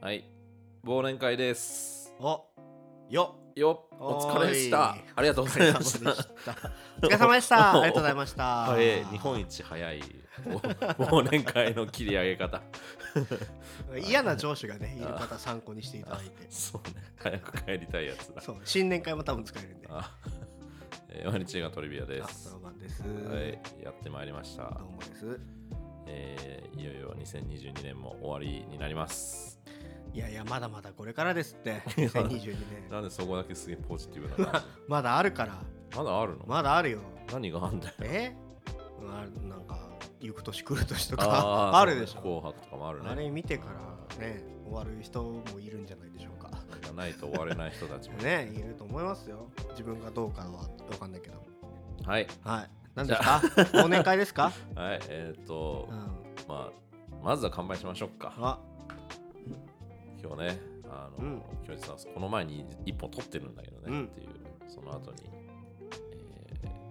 はい忘年会ですおよっよっお疲れでしたおーいありがとうおご疲ざれい様までししたたお疲れ様でしたありがとうございました早い日本一早いお忘年会の切り上げ方嫌な上司がねいる方参考にしていただいてそうね早く帰りたいやつだそう新年会も多分使えるんでああえー、ワニチーがトリビアですそうなんです、はいやってまいりましたどうもですえー、いよいよ2022年も終わりになりますいやいやまだまだこれからです って2022年なんでそこだけすげえポジティブな感まだあるからじまだあるの、まだあるよ何があんだよえあなんか行く年来る年とかあー あるでしょ紅白とかもあるねあれ見てからね終わる人もいるんじゃないでしょうかじゃないと終われない人たちもねいると思いますよ自分がどうかは分かんないけどはいはい何ですか忘年会ですか、はいえっ、と、うん、まあまずは乾杯しましょうかあ今日ねあの、うん今日実はこの前に一本取ってるんだけどね、うんっていうその後に、えー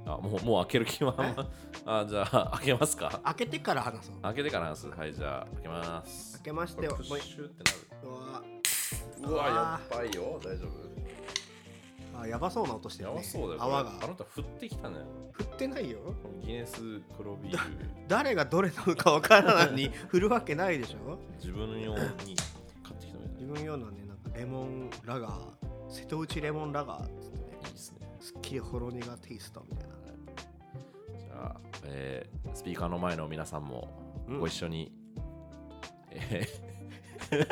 あもうもう開ける気はあんまあじゃあ開けますか開けてから話そう開けてから話すはいじゃあ開けます開けましてこはれプもうシューってなるううわわやあばいよ大丈あやばそうな音して夫る、やね、ばそうだよ泡こがれあなた降ってきたね振ってないよこのギネス黒ビール誰がどれなのか分からないのに振るわけないでしょ自分用に買ってきたみたい 自分用のはねなんかレモンラガー瀬戸内レモンラガーっつってねいいですねすっきりほろ苦テイストみたいなじゃあ、えースピーカーの前の皆さんもうんご一緒に、えー 乾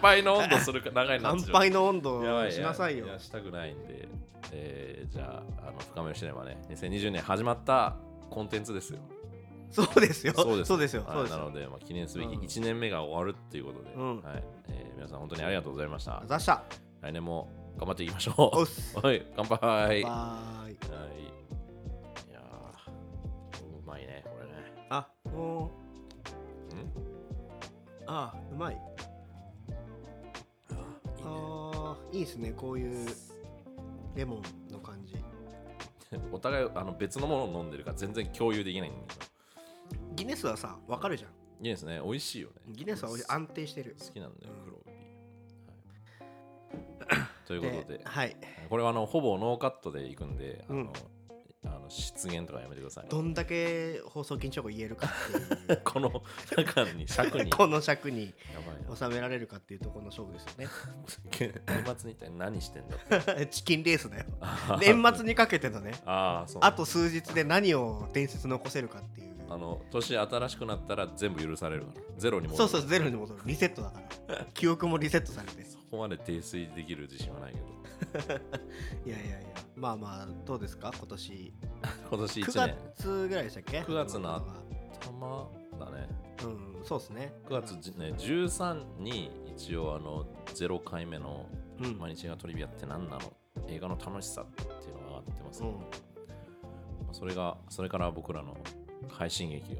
杯の温度するか長いな乾ちょっと杯の温度やばをいしなさいよややしたくないんで、えーじゃああの深めをしてればね2020年始まったコンテンツですよそうですよそうですよそうですよはいなので、まあ、記念すべきうん1年目が終わるっていうことで、うんはいえー皆さん本当にありがとうございましたあざした来年も頑張っていきましょおっすうはい 乾杯はバーイいいやーうまいねこれねあもううんあうまいいいねあーいいですねこういうレモンの感じ お互いあの別のものを飲んでるから全然共有できないんだよギネスはさわかるじゃんいいですね美味しいよねギネスは俺安定してる好きなんだようん黒帯、はいということではいこれはあのほぼノーカットでいくんであの、うんあの失言とかやめてくださいどんだけ放送禁止用語言えるかっていうこの中 に 尺にやこの尺にば いな収められるかっていうところの勝負ですよね年末に一体何してんだ チキンレースだよ 年末にかけてのねああそうあと数日で何を伝説残せるかっていうあの年新しくなったら全部許されるからゼロに戻そうるそうゼロに戻るリセットだから記憶もリセットされてそこまで泥酔できる自信はないけどいやいやいやまあまあどうですか今年今年9 1年月ぐらいでしたっけ9月のう頭だねんそうですね9月じ、ね、13に一応あの0回目のうん「毎日映画トリビアって何なの?」映画の楽しさっていうのが上がってます、うねんまあそれがそれから僕らの快進撃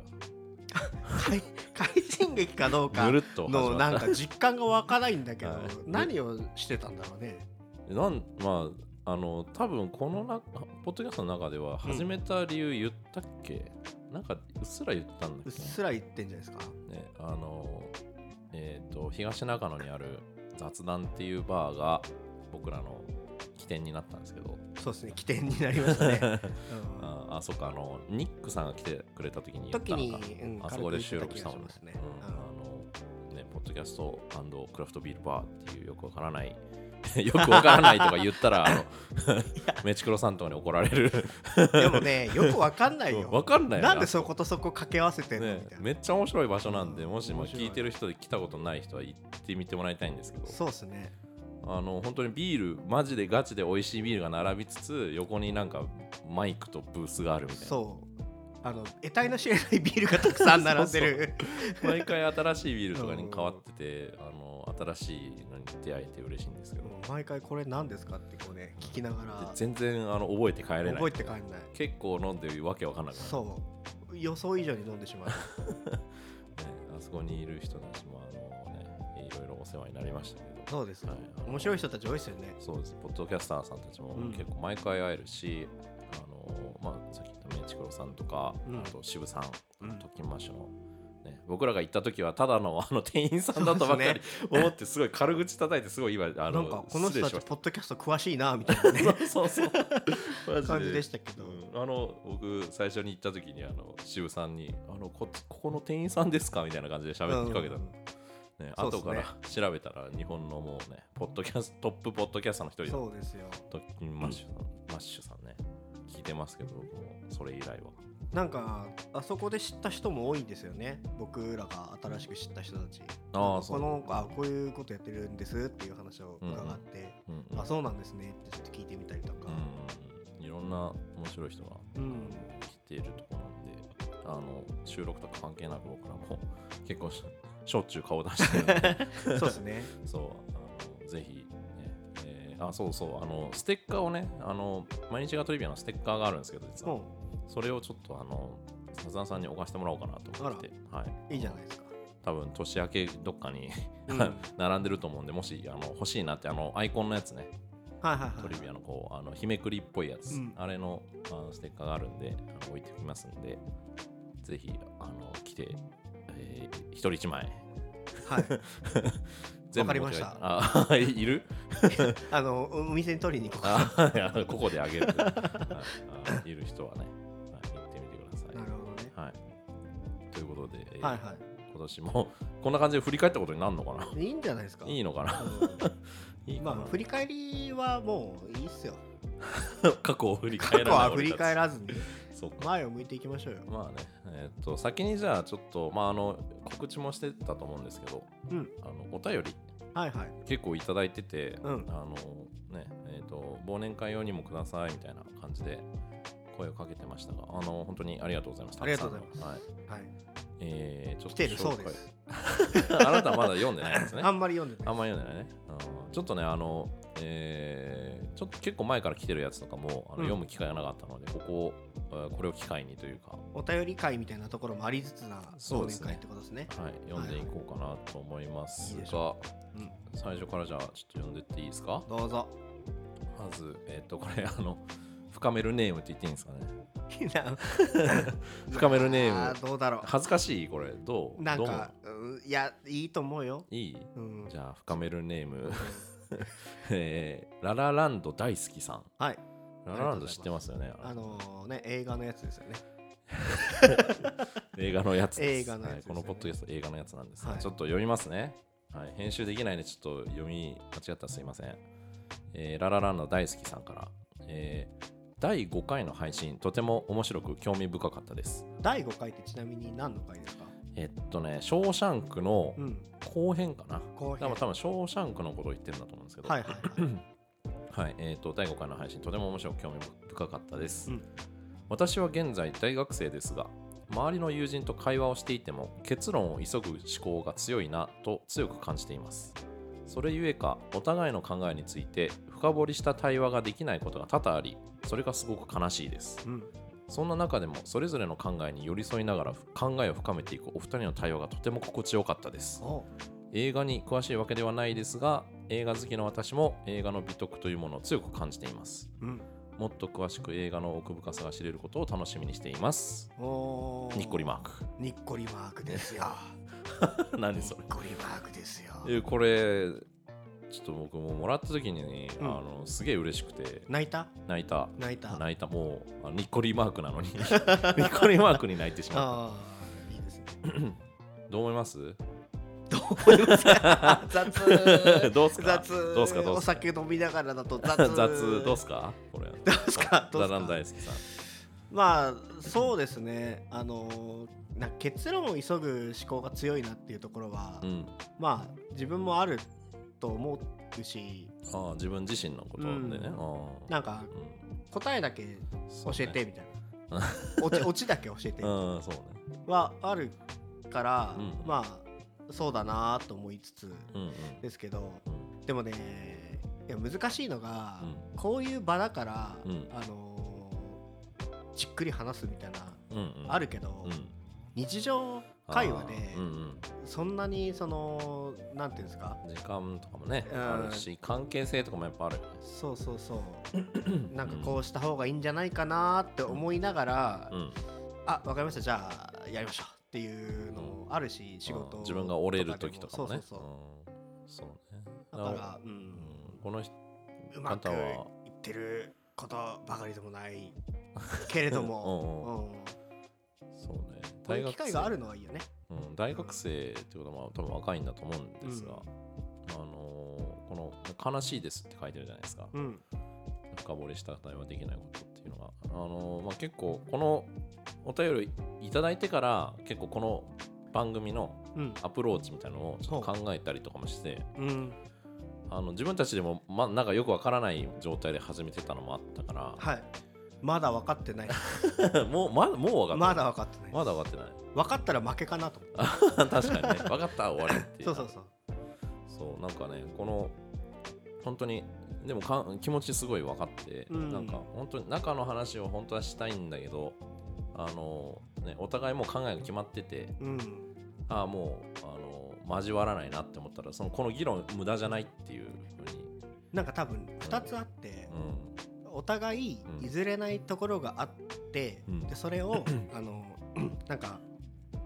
快快進撃かどうがかぐるっと始のまっなんか実感が湧かないんだけ ど、はい何をしてたんだろうねたなんまああの多分このなポッドキャストの中では始めた理由言ったっけ、なんかうっすら言ったんだうっっけすら言ってんじゃないですかね、あのえっ、と東中野にある雑談っていうバーが僕らの起点になったんですけど、そうですね起点になりま したね、うんああそっかあのニックさんが来てくれた時に言った時のにか、うんあそこで収録したもん軽ねく言ってた気がしうますねんあのねポッドキャストクラフトビールバーっていうよくわからない よくわからないとか言った らあのメチクロさんとかに怒られるでもねよくわかんない よわかんないよなんでそことそこ掛け合わせてんの、ねみたいなめっちゃ面白い場所なんでうんもしも面白い聞いてる人で来たことない人は行ってみてもらいたいんですけどそうですねあの本当にビールマジでガチで美味しいビールが並びつつ横になんかマイクとブースがあるみたいなそうあの得体の知れないビールがたくさん並んでる毎回新しいビールとかに変わっててあの新しいのに出会えて嬉しいんですけどうん毎回これ何ですかってこうね聞きながでら全然あの覚えて帰れない覚えて帰んない結構飲んでわけわかんなくなるそう予想以上に飲んでしまうねあそこにいる人たちもあの、ね、いろいろお世話になりましたけどそうです、はいあの面白い人たち多いですよねそうですポッドキャスターさんたちもうん結構毎回会えるし、あのまあ、さっき言ったメチクロさんとか、うんあと渋さん、うん特勤マッシュの、ねね僕らが行った時はただのあの店員さんだとばかり思ってすごい軽口叩いてすごい今あなのんかこの人た失礼ちしポッドキャスト詳しいなみたいな、ね、ましたそうそうそう マジ 感じででしたけど、うんあの僕最初に行った時にあの渋さんにあのこ「ここの店員さんですか?」みたいな感じで喋ってかけたの、ね、そうっすね後から調べたら日本のもうねポッドキャストトップポッドキャスターの一うん人だそうですよドッキンマッシュさん、マッシュさんね聞いてますけどもうそれ以来はなんかあそこで知った人も多いんですよね僕らが新しく知った人たちああこそう、のあこういうことやってるんですっていう話を伺って、うんうんあそうなんですねってちょっと聞いてみたりとか、うんいろんな面白い人がうん、来ているとこなんであの収録とか関係なく僕らも結構ししょっちゅう顔出してるんでそうですね。そうあのぜひ、ねえーあそうそうあのステッカーをねあの毎日がトリビアのステッカーがあるんですけど実はもそれをちょっとあのサザンさんに置かせてもらおうかなと思ってて、はういいじゃないですか。多分年明けどっかに うんはい並んでると思うんでもしあの欲しいなってあのアイコンのやつねはいはい。トリビアのこうあの日めくりっぽいやつ、うんあれのあのステッカーがあるんであの置いてきますんでぜひあの来て、えー一人一枚はい。全部わかりました持って帰ってあ いるあのお店に取りに行こうあかいやここであげる、はいあいる人はね、はい、行ってみてくださいな。るほどね。はい、ということで、えーはいは。今年もこんな感じで振り返ったことになるのかないいいんじゃないですか。いいのかなういいんかまなあ振り返りはもういいっすよ。過去を振り過返ら去ないは振り返ららずにそうか前を向いていきましょうよ。まあね、えっと先にじゃあちょっと、まあ、あの告知もしてたと思うんですけどうん。あのお便りはいはい。結構いただいてて、うんあのねえっと忘年会用にもくださいみたいな感じで声をかけてましたがあの本当にありがとうございましたありがとうございますはいはい。えー、ちょっと来てるそうで紹す。介 あなたはまだ読んでないんですねあんまり読んでなあいんでます。り読んでないね、うんちょっとねあの、えーちょっと結構前から来てるやつとかもあのうん読む機会がなかったので、ここえーこれを機会にというか、お便り会みたいなところもありつつなそうですね会ってことですね。はい、読んでいこうかなと思いますいいでしが、うん。最初からじゃあちょっと読んでっていいですかどうぞ。まずえっ、とこれあの深めるネームって言っていいんですかね 深めるネームあどうだろ恥ずかしいこれどう。うなどんうかうんいやいいと思うよ。いいうん。じゃあ深めるネーム、 えーララランド大好きさんはい。ララランド知ってますよねああののね、映画のやつですよね。映画のやつです映画のはやつですよねい、このポッドキャスト映画のやつなんです、がはいちょっと読みますね、はい、編集できないんでちょっと読み間違ったらすいません、えーララランド大好きさんから、えー第5回の配信とても面白く興味深かったです第5回ってちなみに何の回ですかえっとね「ショーシャンク」のうん。後編かな、多後編分多分ショーシャンクのことを言ってるんだと思うんですけど、はいはいはい。はいえー、と第5回の配信とても面白く興味深かったです、うん私は現在大学生ですが周りの友人と会話をしていても結論を急ぐ思考が強いなと強く感じていますそれゆえかお互いの考えについて深掘りした対話ができないことが多々ありそれがすごく悲しいです うん。そんな中でもそれぞれの考えに寄り添いながら考えを深めていくお二人の対話がとても心地よかったですお映画に詳しいわけではないですが映画好きの私も映画の美徳というものを強く感じていますうん。もっと詳しく映画の奥深さが知れることを楽しみにしていますおーにっこりマーにっこりマークですよ。 ク 何そにっこりマークですよ。れえこれちょっと僕ももらった時に、うんあのすげえ嬉しくて泣いた泣いた泣いた。あ泣いたもうあにっこりマークな のににっこりマークに泣いてしまっあー、いいですね。た どう思いますどう思いますか 雑。どうすか雑。どうすかどうおすか酒飲みながらだと雑。 雑どうすすかこれどうすかどうザすランか大好きさんまあ、そうですね。あのー、な結論を急ぐ思考が強いなっていうところは、うんまあ自分もあると思うしああ自分自身のことでね、うんああなんか答えだけ教えてみたいな、 落ち落ちだけ教えうんそてうねうんそうねはあるから、うんまあそうだなと思いつつうんうんですけどでもねいや難しいのが、うこういう場だから、うんあのーじっくり話すみたいな、うんうんあるけど、うん日常会話で、ああうんそんなにそのなんていうんですかうん、時間とかもね、うんあるし関係性とかもやっぱあるよねそうそ うそうなんかこうした方がいいんじゃないかなって思いながら、うんあわかりましたじゃあやりましょうっていうのもあるし仕事うとかでもん自分が折れる時とかもねそうそううんそうねそうだかかららううんんこの人うまく方はいってることばかりでもないけれども、うんそうねこういう機生会があるのはいいよね。うん、大学生ってことは多分若いんだと思うんですが、あのーこの「悲しいです」って書いてるじゃないですか、うん、深掘りした対話できないことっていうのが、あのーまあ、結構このお便りいただいてから結構この番組のうん、アプローチみたいなのをちょっと考えたりとかもしてうん、あの自分たちでも、まあ、なんかよくわからない状態で始めてたのもあったかはい。まだ分かって ない。らもうまもう分かったまだ分かってない。まだ分かってない分かったら負けかなと思って。確かにね分かった終わりっていそうそうそう。そうなんかねこの本当にでもか気持ちすごい分かって、うんなんか本当に中の話を本当はしたいんだけどあの、ね、お互いもう考えが決まっててうん、ああもうあの交わらないなって思ったらそのこの議論無駄じゃないっていうふうに、なんか多分2つあって、うお互い譲れないところがあって、うんでそ れをあの なんか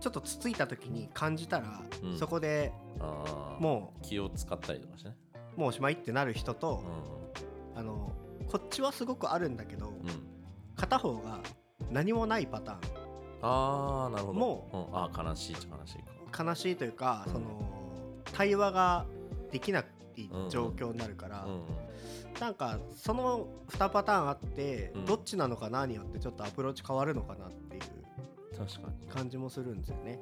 ちょっとつついた時に感じたら、うんそこでん、ああもう気を使ったりとかしてね、うもうおしまいってなる人とう、あのこっちはすごくあるんだけど、んうん、片方が何もないパターンああなるほどもう、ん、ああ悲しいっちゃ悲しいか悲しいというか、うんその対話ができない状況になるから、うんなんかその2パターンあって、うんどっちなのかなによってちょっとアプローチ変わるのかなっていう確かに感じもするんですよね。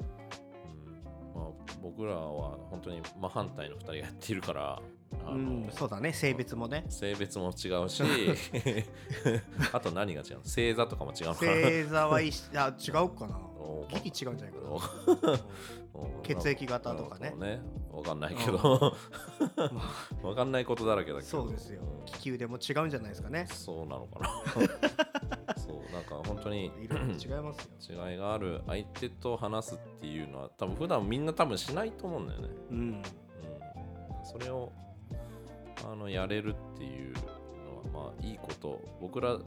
うんまあ、僕らは本当に真反対の2人がやっているからあの、うん、そうだね性別もね性別も違うし あと何が違うの星座とかも違うのかな星座はいいしあ違うかな おギリ違うんじゃ ないおかなお血液型とかねうんそうね分かんないけどま 分かんないことだらけだあけどそうですよん利き腕も違うんじゃないですかねそうなのかな そうなんか本当にいろいろ違います よ違いがある相手と話すっていうのは多分普段みんな多分しないと思うんだよねうんうん、それをあのやれるっていうのはまあいいこと僕ら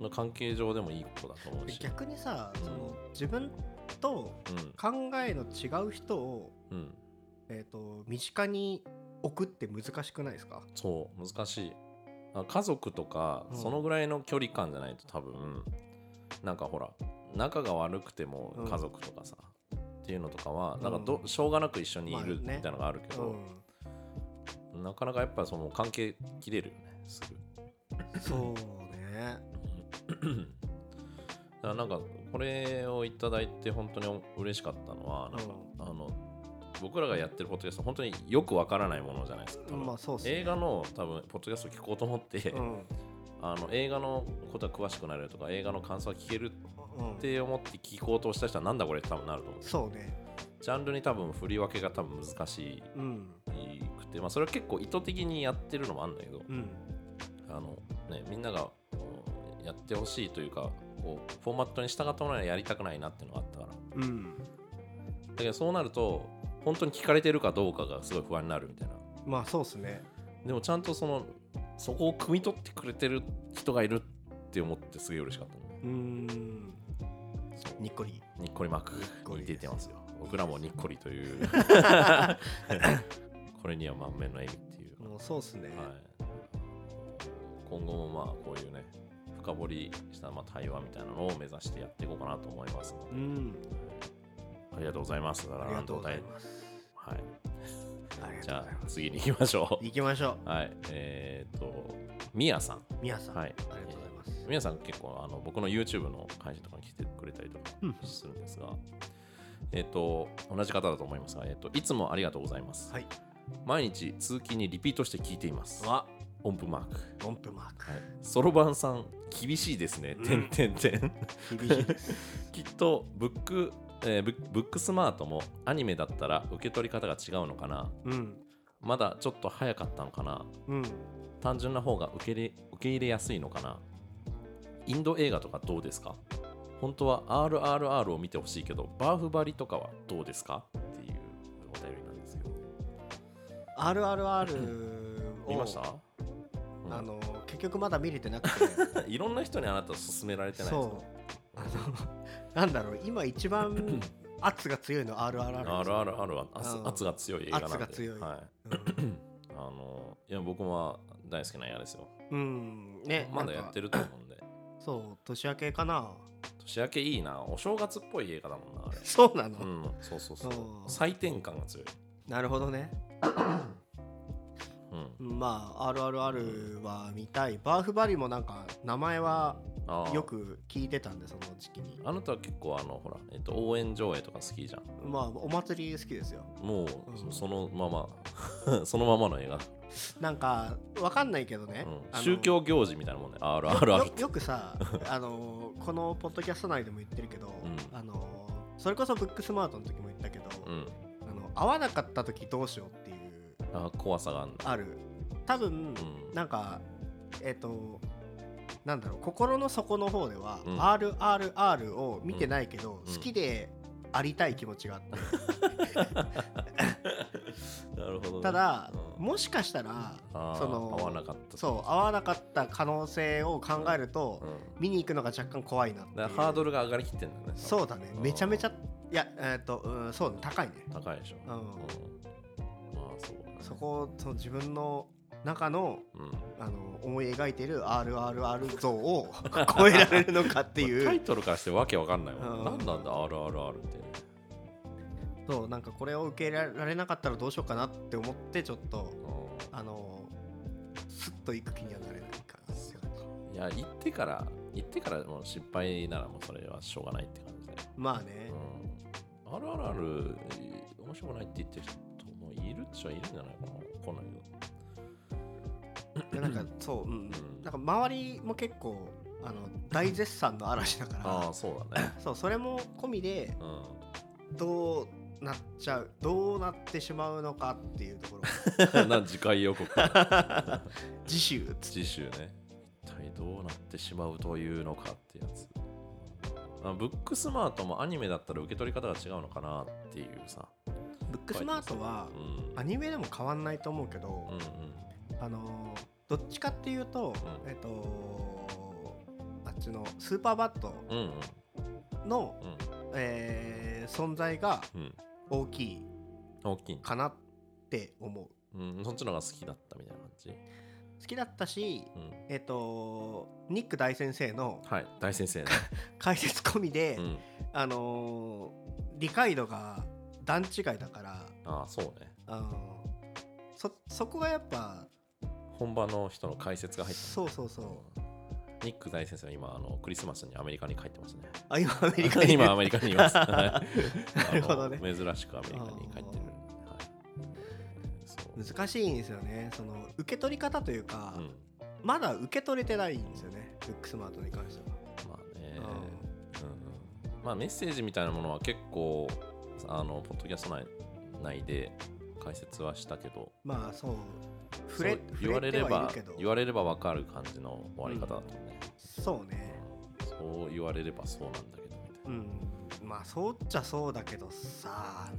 の関係上でもいいことだと思うし、逆にさその自分とう考えの違う人を、んうん、えー、と身近に置くって難しくないですかそう難しいあ家族とかうんそのぐらいの距離感じゃないと多分なんかほら仲が悪くてもうん家族とかさ、っていうのとかはうんなんかどしょうがなく一緒にいるみたまあねいなのがあるけうど、ん、なかなかやっぱその関係切れるよねすぐそうねだからなんかこれをいただいて本当に嬉しかったのはなんか、あの僕らがやってるポッドキャスト本当によくわからないものじゃないですか、多分まあそうっすね映画の多分ポッドキャストを聞こうと思って、うん、うん あの映画のことは詳しくなれるとか映画の感想は聞けるって思って聞こうとした人はなんだこれって多分なると思うんですそうねジャンルに多分振り分けが多分難しうんくて、まあ、それは結構意図的にやってるのもあるんだけど、うんあのね、みんながうんやってほしいというかこうフォーマットに従ったものはやりたくないなっていうのがあったからうんだけどそうなると本当に聞かれてるかどうかがすごい不安になるみたいなまあそうっすねでもちゃんとそのそこを汲み取ってくれてる人がいるって思ってすげえ嬉しかったねうんにっこりにっこりマークにっこにりです出てますよ僕らもにっこりという これには満面の笑みっていう、もうそうっすね、はい、今後もまあこういうね深掘りしたまあ対話みたいなのを目指してやっていこうかなと思いますのでうんありがとうございます。ありがとうございますはい。ありがじとうゃございまあす次に行きましょ行きましょう。はい。えーっ、と、みやさん。うみやさん、はいありがとうございますみやさん結構あの僕の YouTube の配信とかに来てくれたりとかうんするんですが、えーっ、と、同じ方だと思いますが、えーっ、と、いつもありがとうございます。はい毎日通勤にリピートして聞いています。わ音符マーク。音符マーク、そろばんさん、厳しいですね。てうんんてんてん。厳しいです きっとブック、えーブッブックスマートもアニメだったら受け取り方が違うのかな。 うんまだちょっと早かったのかなうん単純な方が受け入れ受け入れやすいのかなインド映画とかどうですか本当は RRR を見てほしいけどバーフバリとかはどうですかっていうお便りなんですけど RRR を見ました、うんあの結局まだ見れてなく ていろんな人にあなた勧められてないですか そうあのなんだろう今一番圧が強いの RRR あるあるあるは圧うん圧が強い映画なんで圧が強いはい、あのいや僕は大好きな映画ですようん、うん、ねまだやってるると思うんでそう年明けかな年明けいいなお正月っぽい映画だもんなあれそうなの、うんそうそうそううん採点感が強い、なるほどねうん、まあ RRR は見たいバーフバリもなんか名前はあーよく聞いてたんでその時期にあなたは結構あのほら、えっと、応援上映とか好きじゃんまあお祭り好きですよもう、うんそのまま そのままの映画、なんかわかんないけどね、うんあの宗教行事みたいなもんねあるあるあよるよくさあのこのポッドキャスト内でも言ってるけど、うんあのそれこそブックスマートの時も言ったけど、うんあの合わなかった時どうしようっていうあ怖さがあるんだある多分、うんなんかえっ、となんだろう心の底の方では、うん RRR を見てないけど、うん好きでありたい気持ちがあって、なるほどね、ただ、うんもしかしたらあーその合わなかったそう合わなかった可能性を考えると、うん見に行くのが若干怖いなっていうだからハードルが上がりきってんだよねそうだねうんめちゃめちゃいやえっ、と、うん、そうね高いね高いでしょ、うんまあそうだねそこその自分の中のうんあの思い描いてる RRR 像を 超えられるのかってタイいうトルからしてわけわかんないもうんん何なんだ RRR ってそうなんかこれを受け入れられなかったらどうしようかなって思ってちょっとうあのスッと行く気にはなれないかなって感じんいや行ってから行ってからもう失敗ならもうそれはしょうがないって感じだよまあねうん、RRR 面白くないって言ってる人もいるっちゃいるんじゃないかなわかんないでなんかそううんうんなんか周りも結構あの大絶賛の嵐だかけどあらあそうだねそうそれも込みでうん どうなっちゃうどうなってしまうのかっていうところなん次回予告次週っつって次週ね一体どうなってしまうというのかってやつあブックスマートもアニメだったら受け取り方が違うのかなっていうさブックスマートはうんアニメでも変わんないと思うけどうん、うんあのーどっちかっていうと、うんえっとあっちのスーパーバットうんうんの、うんえー存在がうん大きい大きいねかなって思ううんそっちのが好きだったみたいな感じ好きだったしうんえっとニック大先生のはい大先 生ね解説込みで、うんあのー理解度が段違いだからああそうねあのそそこがやっぱ本場の人の解説が入ってるそうそうそううんニック大先生は今あのクリスマスにアメリカに帰ってますね。あ今アメリカにいる 今アメリカにい ます。はいなるほどねあの珍しくアメリカに帰ってる。はい、そう難しいんですよねその受け取り方というか、うん、まだ受け取れてないんですよねブックスマートに関しては、まあね、うんうんまあメッセージみたいなものは結構あのポッドキャスト内内で解説はしたけど、うんまあそう触れそう言われれば触てはいるけ言どわれればわかる感じの終わり方だと思うね、そうねそう言われればそうなんだけどみたいな。うんまあそうっちゃそうだけど さ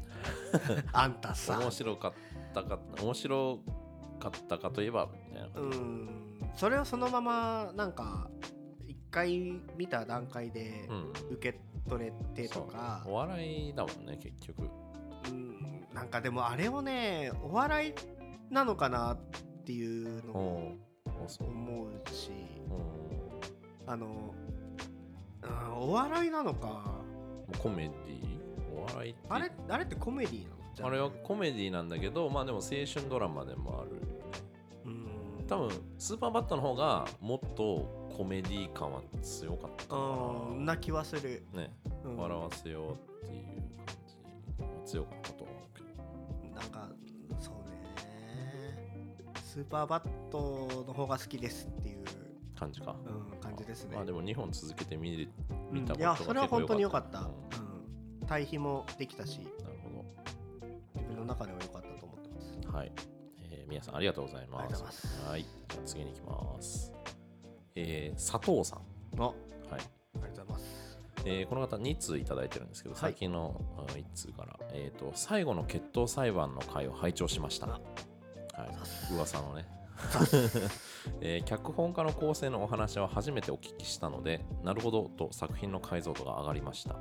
あんたさ面白かったか面白かったかといえばみたいなう感じ、んそれをそのままなんか一回見た段階でうん受け取れてとかそうお、笑いだもんね結局うん、なんかでもあれをねお笑いなのかなっていうのうんをあそう思うしうんもあの、うん、お笑いなのかうコメディお笑いってあれあれってコメディなのじゃあれはコメディなんだけどまあでも青春ドラマでもあるうん多分スーパーバッタの方がもっとコメディ感は強かったのうんかな気はする、なねうん笑わせようっていう感じは強かったと思うけどなんかそうねスーパーバットの方が好きですっていう、感じかうん、感じですねまあでも2本続けて見れうん見たこといやがそれは本当に良かった、結構良かったうん、対比もできたしなるほ自分の中では良かったと思ってますど。はい。えー、皆さんありがとうございます。ありがとうございますはい。じゃあ次に行きます。えー、佐藤さん。あはい。ありがとうございますえーこの方2通いただいてるんですけど、はい最近の1通から、えっ、と、最後の決闘裁判の回を拝聴しました。はあい。噂 のね。えー脚本家の構成のお話は初めてお聞きしたのでなるほどと作品の解像度が上がりました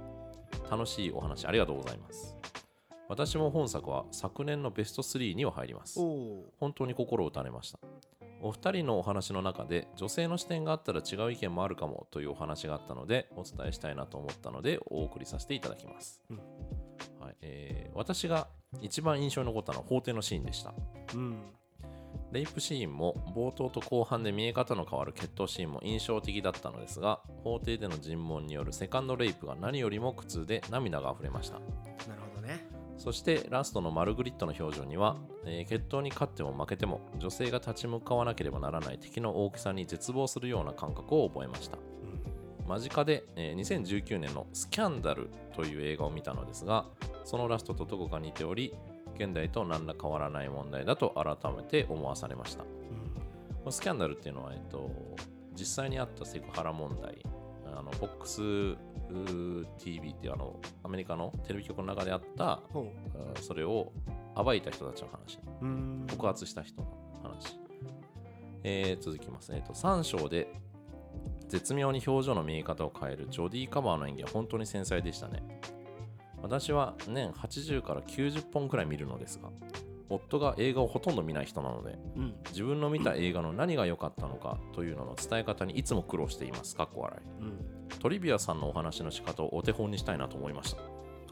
楽しいお話ありがとうございます私も本作は昨年のベスト3には入りますおお本当に心打たれましたお二人のお話の中で女性の視点があったら違う意見もあるかもというお話があったのでお伝えしたいなと思ったのでお送りさせていただきます、うんはいえー私が一番印象に残ったのは法廷のシーンでしたーうんレイプシーンも冒頭と後半で見え方の変わる決闘シーンも印象的だったのですが法廷での尋問によるセカンドレイプが何よりも苦痛で涙が溢れましたなるほどねそしてラストのマルグリットの表情には、えー決闘に勝っても負けても女性が立ち向かわなければならない敵の大きさに絶望するような感覚を覚えました間近で、えー2019年の「スキャンダル」という映画を見たのですがそのラストとどこか似ており現代と何ら変わらない問題だと改めて思わされましたうんまあスキャンダルっていうのは、えっと、実際にあったセクハラ問題、あの FOXTV っていうあのアメリカのテレビ局の中であった、ほうんそれを暴いた人たちの話、ううん告発した人の話。えー続きます。えっと、3章で絶妙に表情の見え方を変えるジョディ・カバーの演技は本当に繊細でしたね。私は年80から90本くらい見るのですが、夫が映画をほとんど見ない人なので、うん自分の見た映画の何が良かったのかというのの伝え方にいつも苦労しています。かっこ笑うんい。トリビアさんのお話の仕方をお手本にしたいなと思いました。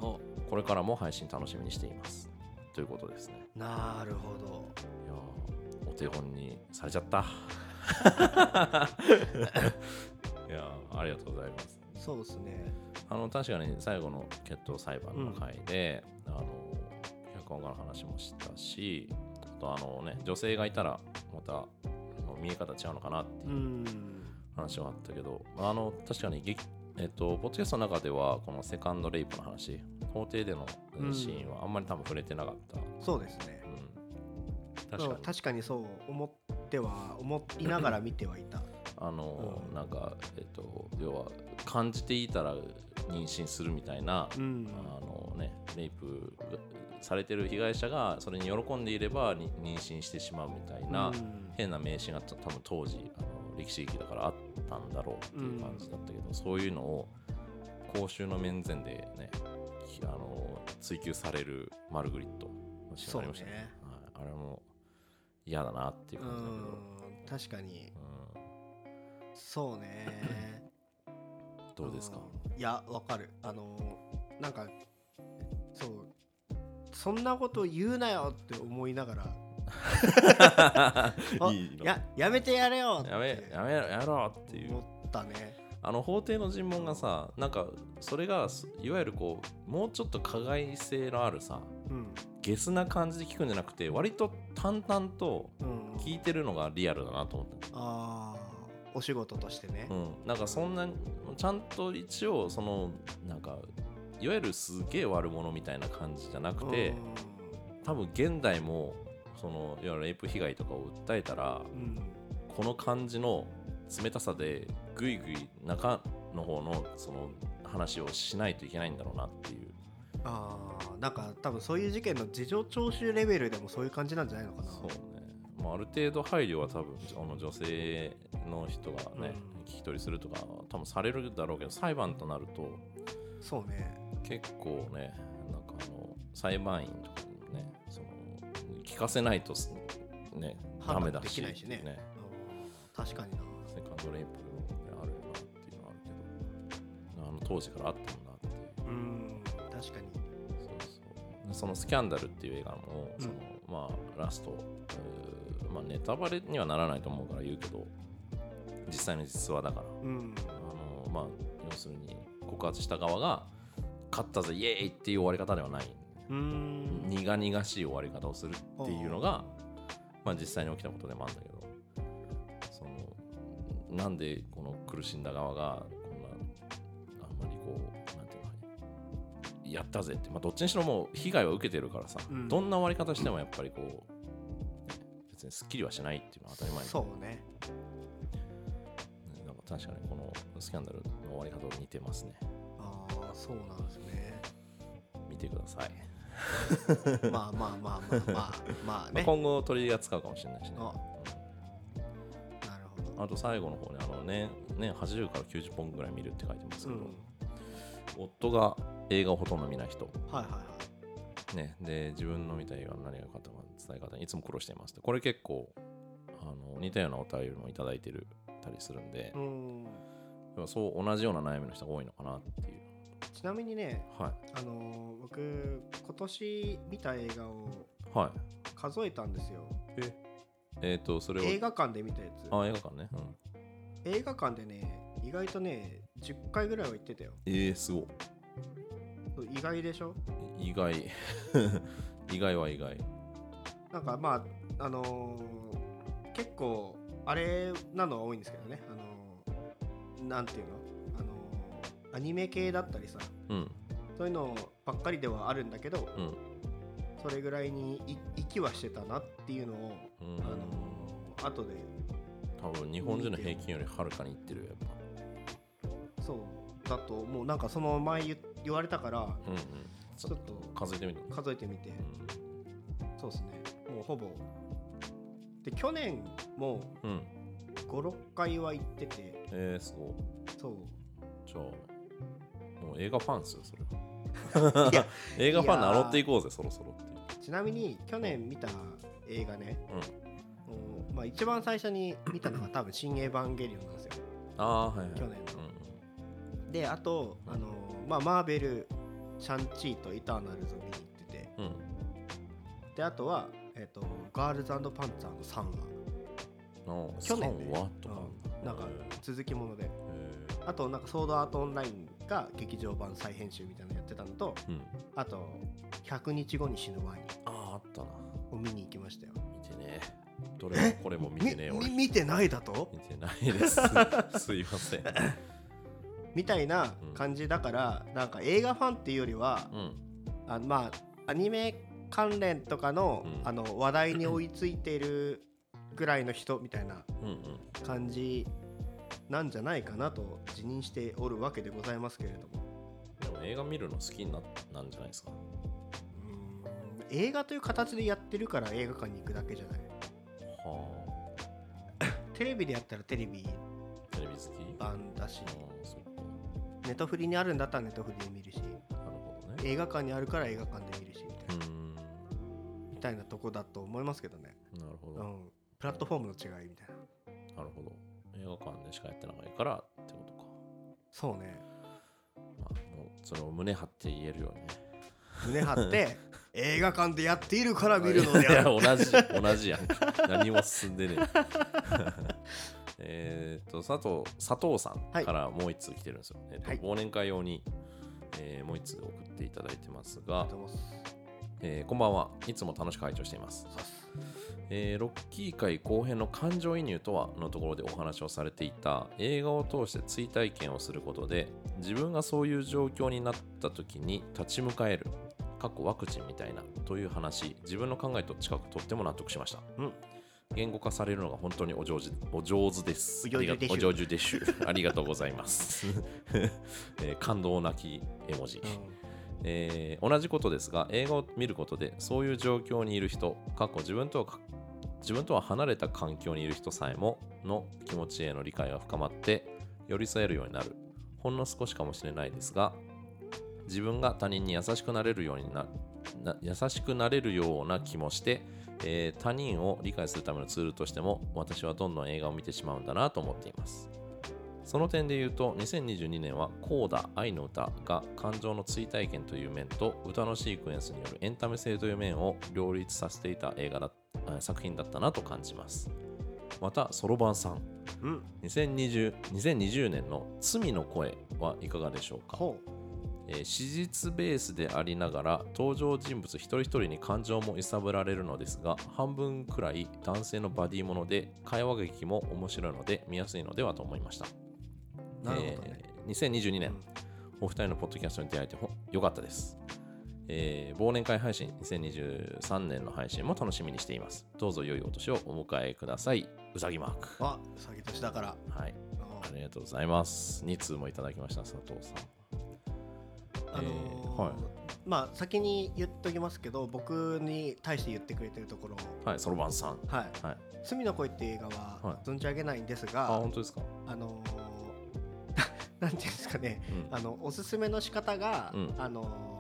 おこれからも配信楽しみにしています。ということですね。なるほどいやーお手本にされちゃった。 いやーありがとうございます。そうですねあの確かに最後の決闘裁判の回で、あの脚本家の話もしたし、あとあのね女性がいたらまたあの見え方違うのかなっていううん話はあったけど、あの確かに劇、えっと、ポッドキャストの中では、このセカンドレイプの話、法廷でのえーうんシーンはあんまり多分触れてなかった。そうですねうん確確かかに、にそう思っては思いながら見てはいたあの、うんなんか、えっと、要は、感じていたら妊娠するみたいな、うんあのね、レイプされてる被害者が、それに喜んでいればに妊娠してしまうみたいな、うん変な迷信が多分当時あの歴史劇だからあったんだろうっていう感じだったけど、そういうのを公衆の面前でねきあの追求されるマルグリットのシーンありましたねはい、あれも嫌だなっていうう感じだけど、ん確かにうんそうね どうですか、うんいやわかるあのなんかそうそんなこと言うなよって思いなが らあいいのややめてやれよってやめやめろやろうっていう思ったねあの法廷の尋問がさなんかそれがすいわゆるこうもうちょっと加害性のあるさうんゲスな感じで聞くんじゃなくて割と淡々とうん聞いてるのがリアルだなと思っあーお仕事としてねた、うん、なんかそんなちゃんと一応そのなんかいわゆるすげえ悪者みたいな感じじゃなくて多分現代もそのいわゆるレイプ被害とかを訴えたらうんうんこの感じの冷たさでぐいぐい中の方のその話をしないといけないんだろうなっていうあーなんか多分そういう事件の事情聴取レベルでもそういう感じなんじゃないのかなそうね、まあ、ある程度配慮は多分あの女性の人がね、うん聞き取りするとか多分されるだろうけど裁判となるとそうね結構ねなんかあの裁判員とかにねその聞かせないとすねダ判メ断だでしきないしねうん確かになセカンドレイプもあるよなっていうのはあるけどあの当時からあったんだっていううん確かにそうそうでその「スキャンダル」っていう映画も、うんそのまあ、ラスト、えーまあ、ネタバレにはならないと思うから言うけど実際の実話だからうんあの、まあ、要するに告発した側が「勝ったぜイエーイ!」っていう終わり方ではないうん苦々しい終わり方をするっていうのが、まあ、実際に起きたことでもあるんだけどそのなんでこの苦しんだ側がこんなあんまりこうなんていうのかなやったぜって、まあ、どっちにしろもう被害は受けてるからさ、うんどんな終わり方してもやっぱりこう、ね別にすっきりはしないっていうのは当たり前だそうねねなんか確かにこのスキャンダルの終わり方と似てますねああそうなんです ね見てください、まあまあまあまあまあまあまあね今後取り扱うかもしれないしねあうんなるほどあと最後の方ね、あの年年80から90本ぐらい見るって書いてますうけど、ん夫が映画をほとんど見ない人、はいはいはいね、で自分の見た映画の何が良かったか伝え方にいつも苦労していますってこれ結構あの似たようなお便りもいただいてるたりするんでう、んでもそう同じような悩みの人が多いのかなっていうちなみにねはいあのー僕今年見た映画をはい数えたんですよええー、とそれを映画館で見たやつあ映画館ね、うん、映画館でね意外とね10回ぐらいは行ってたよえー、すごそう意外でしょい意外 意外は意外なんかまああのー結構あれなのは多いんですけどねあのーなんていうのあのーアニメ系だったりさうんそういうのばっかりではあるんだけどうんそれぐらいにい息はしてたなっていうのを、うんあのー後で多分日本人の平均よりはるかにいってるよやっぱそうだともうなんかその前言言われたからうんうんちょっと数えてみて数えてみてうそうですねもうほぼで去年もん、うん、 56回は行っててえー、すごいそうじゃあもう映画ファンっすよそれいやは 映画ファンいやー名乗っていこうぜそろそろっていうちなみに去年見た映画ね、うんまあ、一番最初に見た のが多分「新エヴァンゲリオン」なんですよ。ああーはいはい去年うのんうんであと、あのまあ、マーベル「シャンチー」と「イターナルズ」見に行っててうん、であとは、えっと「ガールズパンツァー」の3話の去年ね3話とか、うんなんかえ続きものでーあとなんか「ソードアートオンライン」が劇場版再編集みたいなのやってたのとうん、あと「100日後に死ぬワニあああったな」を見に行きましたよ。見てねえどれもこれも見てねえみ俺み見てないだと見てないです すいませんみたいな感じだから、なんか映画ファンっていうよりはう、んあのまあアニメ関連とかの,、うんあの話題に追いついてるぐらいの人みたいなうん感じなんじゃないかなと辞任しておるわけでございますけれどもうんでも映画見るの好きにななんじゃないですかうーん映画という形でやってるから映画館に行くだけじゃないはテレビでやったらテレビあテレビ好きあ版だしーそっかネトフリにあるんだったらネトフリで見るしなるほどね映画館にあるから映画館で見るしみたいうな,、ーんみたいなとこだと思いますけどね、なるほうどん、プラットフォームの違いみたいななるほど映画館でしかやってないからってことかそうねまあもうそれを胸張って言えるよね胸張って 映画館でやっているから見るのであるい や同じ同じやん何も進んでねええ ーっと佐藤佐藤さはんいからもう一通来てるんですよ、えーっとはい忘年会用に、えーもう一通送っていただいてますが、どうもっすえーこんばんはいつも楽しく拝聴していますそうっすえーロッキー界後編の感情移入とはのところでお話をされていた映画を通して追体験をすることで自分がそういう状況になった時に立ち向かえる過去ワクチンみたいなという話自分の考えと近くとっても納得しました、うん、言語化されるのが本当にお上手お上手ですお上手ありでしゅがお上手でしゅありがとうございます、 えー感動なき絵文字、えー同じことですが映画を見ることでそういう状況にいる人過去自分とはか自分とは離れた環境にいる人さえもの気持ちへの理解が深まって寄り添えるようになるほんの少しかもしれないですが自分が他人に優しくなれるようになな優しくなれるような気もして、えー他人を理解するためのツールとしても私はどんどん映画を見てしまうんだなと思っていますその点で言うと2022年は「コーダ愛の歌」が感情の追体験という面と歌のシークエンスによるエンタメ性という面を両立させていた映画だあ作品だったなと感じますまたそろばんさんうん、うん、 2020, 2020年の「罪の声」はいかがでしょうかほえー史実ベースでありながら登場人物一人一人に感情も揺さぶられるのですが半分くらい男性のバディもので会話劇も面白いので見やすいのではと思いましたうなるほどね、えー2022う年ん、お二人のポッドキャストに出会えてほよかったです、えー忘年会配信2023年の配信も楽しみにしていますどうぞ良いお年をお迎えくださいうさぎマークあうさぎ年だからはいあありがとうございます2通もいただきました佐藤さあのーえーはいまあ先に言っときますけど僕に対して言ってくれてるところんはいそろばんさんはいはい「罪の声」っていう映画はは存じ上げないんですあが、本当ですかあのー なんていうんですかねうんあのおすすめの仕方が、うんあの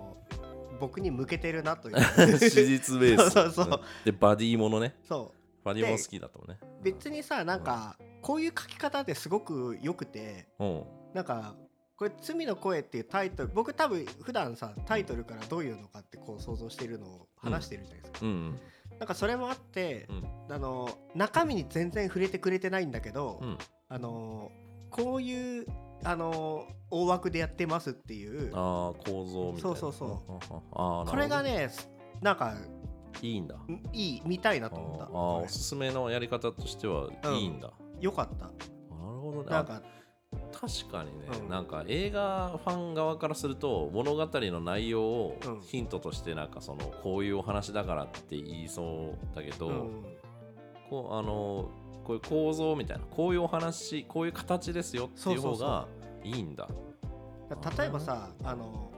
僕に向けてるな という 史実ベース そうそうそうんでバディものねそバディもの好きだとねう別にさなんか、こういう書き方ですごくよくてうんなんかこれ「罪の声」っていうタイトル僕多分普段さタイトルからどういうのかってこう想像してるのを話してるじゃないですか、うんなんかそれもあってう、んあの中身に全然触れてくれてないんだけど、うんあのこういうあの大枠でやってますっていうああ構造みたいなそうそうそうんうんああこれがねすなんかいいんだんいいみたいなあと思ったーあーこおすすめのやり方としてはいいんだ、れよかったなるほどねなんか確かにね、うんなんか映画ファン側からすると物語の内容をうんヒントとしてなんかそのこういうお話だからって言いそうだけど、うんこうあのこういう構造みたいなこういうお話こういう形ですよっていうそう方そうそうがいいんだ例えばさあの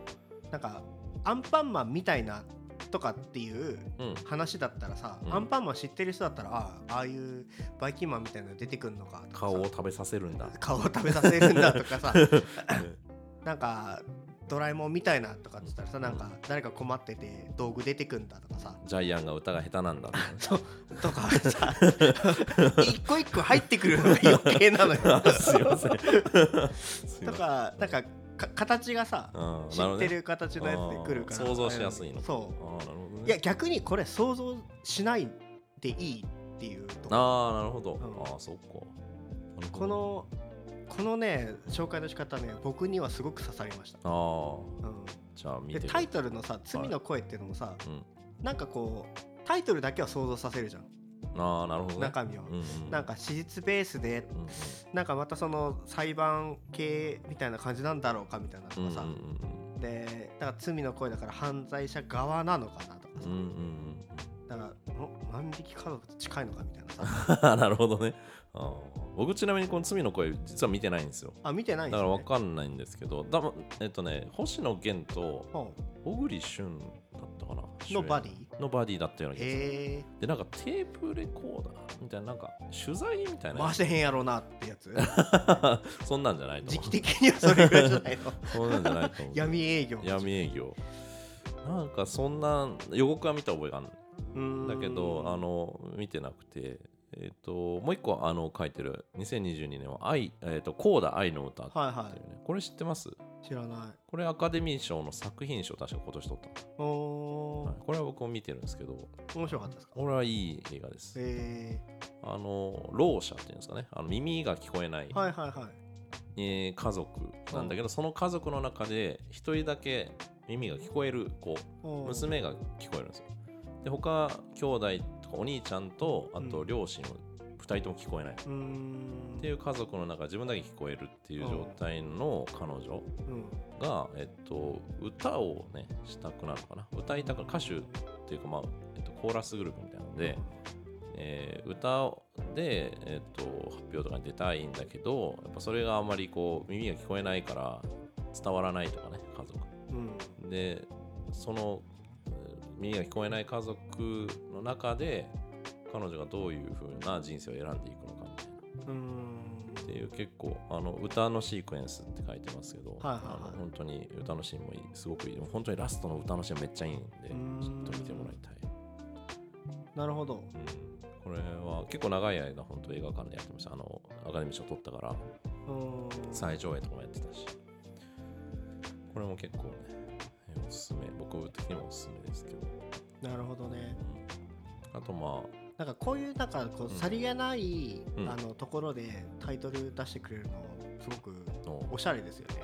なんかアンパンマンみたいなとかっていううん話だったらさ、うんアンパンマン知ってる人だったらああああいうバイキンマンみたいなの出てくるのかとかさ顔を食べさせるんだ顔を食べさせるんだと かさなんかドラえもんみたいなとかって言ったらさなんか誰か困ってて道具出てくんだとかさジャイアンが歌が下手なんだとかね とかさ一個一個入ってくるのが余計 なのよすいま せんすいとませんかなんかか形がさうん知なるほどってねる形のやつで来るからあー想像しやすいのそあーなるほどうねいや逆にこれ想像しないでいいっていうとこああなるほど、んああそっかなるほこどのこのね紹介の仕方ね僕にはすごく刺さりました、あうんあじゃあ見でてタイトルのさ「罪の声」っていうのもさ、うんなんかこうタイトルだけは想像させるじゃんああなるほどね中身を、うんうん、なんか史実ベースでうんうんなんかまたその裁判系みたいな感じなんだろうかみたいなとかさ、うんでだから罪の声だから犯罪者側なのかなとかうさ、んうんうんだからん万引き家族と近いのかみたいな さうんうんなるほどねあー僕ちなみにこの「罪の声」実は見てないんですよあ見てないだんかですら分ねかんないんですけどだまえっとね星野源とほ小栗旬だったかなうのバデディィのバディだったような気がするへえでなんかテープレコーダーみたいななんか取材みたいな回してへんやろうなって やつそんなんじゃないと時思期的にはそれぐらいじゃない のうそんなんじゃないと 思う闇営業闇営業なんかそんな予告は見た覚えがあるんだけどあのの見てなくてえっ、ともう一個あの書いてる2022年は愛、えーと「コーダ愛の歌」っていうね、はいはこれ知ってますい知らないこれアカデミー賞の作品賞確か今年取ったおお、はいこれは僕も見てるんですけど面白かったですかこれはいい映画ですえあのろう者っていうんですかねあの耳が聞こえない、ー、はいはいはいえー家族なんだけど、その家族の中で一人だけ耳が聞こえる子おー娘が聞こえるんですよで他兄弟とかお兄ちゃんとあとうん両親は2人とも聞こえない、うーんっていう家族の中自分だけ聞こえるっていう状態の彼女うんが、えっと、歌をねしたくなるのかな歌いたくなる歌手っていうか、まあえっと、コーラスグループみたいなので、えー歌で、えっと、発表とかに出たいんだけどやっぱそれがあんまりこう耳が聞こえないから伝わらないとかね家族うんでそのえー耳が聞こえない家族の中で彼女がどういう風な人生を選んでいくのかみたいなうーんっていう結構あの歌のシークエンスって書いてますけど、はいはいはいあの本当に歌のシーンもいいすごくいいでも本当にラストの歌のシーンめっちゃいいんでうんちょっと見てもらいたい、なるほどうんこれは結構長い間本当映画館でやってましたあのアカデミー賞取ったからうーん再上映とかもやってたしこれも結構ねえーおすすめ僕的にもおすすめですけどなるほどねあとまあなんかこういうなんかこうさりげない、うんあのところでタイトル出してくれるのすごくのおしゃれですよね。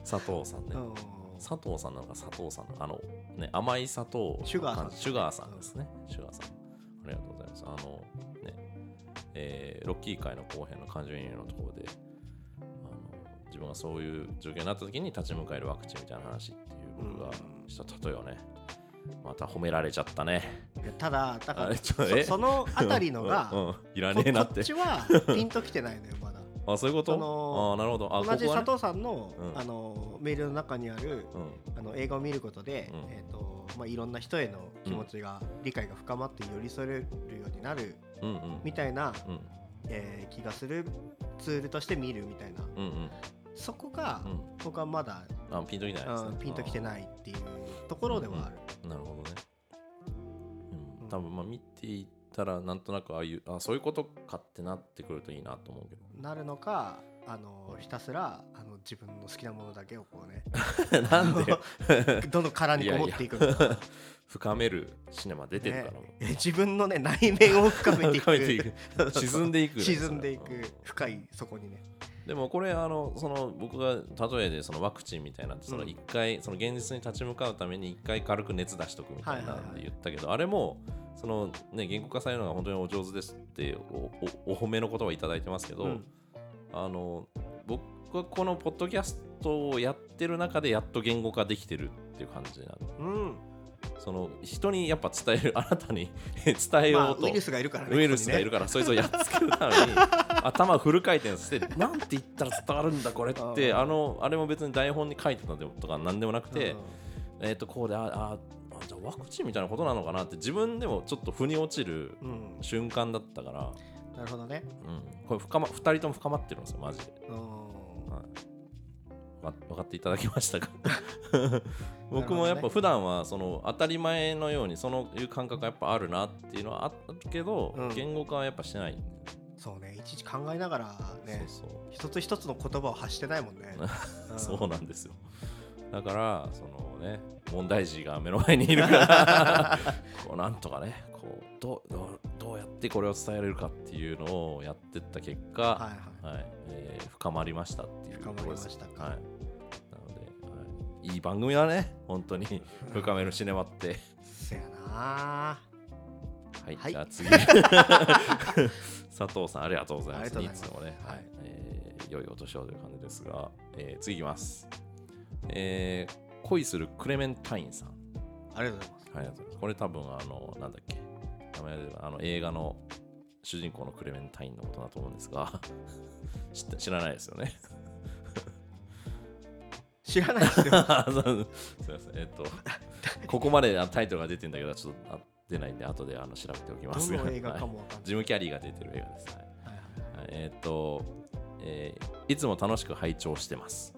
佐藤さんね、うん佐藤さんなのか佐藤さんなのかあのね甘い砂糖シュガーさんシュガーさんですね、シュガーさんありがとうございますあのねえーロッキー界の後編の感情移入のところであの自分がそういう状況になった時に立ち向かえるワクチンみたいな話っていう僕がした例えをねまた褒められちゃったねいやただだかあられちょそえそのあたり のうんがうんいらこねえなっこってちはピンときてないのよまだ。あそういうことそのあーなるほどあ同じここはね佐藤さんの,、うんあのメールの中にあるうんあの映画を見ることで、うんえーとまあ、いろんな人への気持ちが、理解が深まって寄り添えるようになるうんうんみたいな、うんえー気がするツールとして見るみたいなうんうんそこがうん僕はまだ、あピンときてないですうねんピンときていないっていうところではある、なるほどねううんん多分まあ見ていったらなんとなくああいうあそういうことかってなってくるといいなと思うけなるのかあのひたすらあの自分の好きなものだけをこうねど なんでよどの殻にこもっていくのか深めるシネマ出てるからもう、ねえ自分のね内面を深めていく深めていく 沈んでいく、ね、沈んでいそれはく深いそこにねでもこれあのその僕が例えでそのワクチンみたいなそのうん一回その現実に立ち向かうために一回軽く熱出しとくみたいなはんいはいはいで言ったけどあれもそのね言語化されるのが本当にお上手ですっておおお褒めの言葉いただいてますけど、うんあの僕はこのポッドキャストをやってる中でやっと言語化できてるっていう感じなのうんその人にやっぱ伝えるあなたに 伝えまあようと、ウイルスがいるからねウイルスがいるこから、そいつをやっつけるために 頭フル回転してなんて言ったら伝わるんだこれ ってあーあのあれも別に台本に書いてたとか何でもなくこにねて、えっとこうであああじゃあワクチンみたいなことなのかなって自分でもちょっと腑に落ちるうんうん瞬間だったから、なるほどねうん、これ深、ま、2人とも深まってるんですよマジで、うんはい、わ分かっていただけましたか 僕もやっぱ普段はその当たり前のようにそのいう感覚がやっぱあるなっていうのはあったけど、うん言語化はやっぱしてないんでそうねいちいち考えながらねそうそう一つ一つの言葉を発してないもん ねんそうなんですよ。だから、そのね、問題児が目の前にいる から、こうなんとかね、こうどうどうどうやってこれを伝えれるかっていうのをやってった結果、ははいはいいえー深まりましたっていうところです。深まりましたかはい、なので、はい、いい番組だね、本当に、深めるシネマって。せやなはい、はいじゃあ 次。佐藤さん、ありがとうございまあす。りがとうございますつもね、ははいいえー良いお年をという感じですが、えー次いきます、えー恋するクレメンタインさん。ありがとうございますありがとうございますこれ多分、あの、なんだっけ、名前であの映画の主人公のクレメンタインのことだと思うんですが、 知って知らないですよね。知らないですよそうすみません、えっと、ここまであタイトルが出てんだけど、ちょっとあ出ないんで、後であの調べておきますが。どの映画かはいも わかんないジム・キャリーが出てる映画です。はいはいはいはいえーっと、えーいつも楽しく拝聴してます。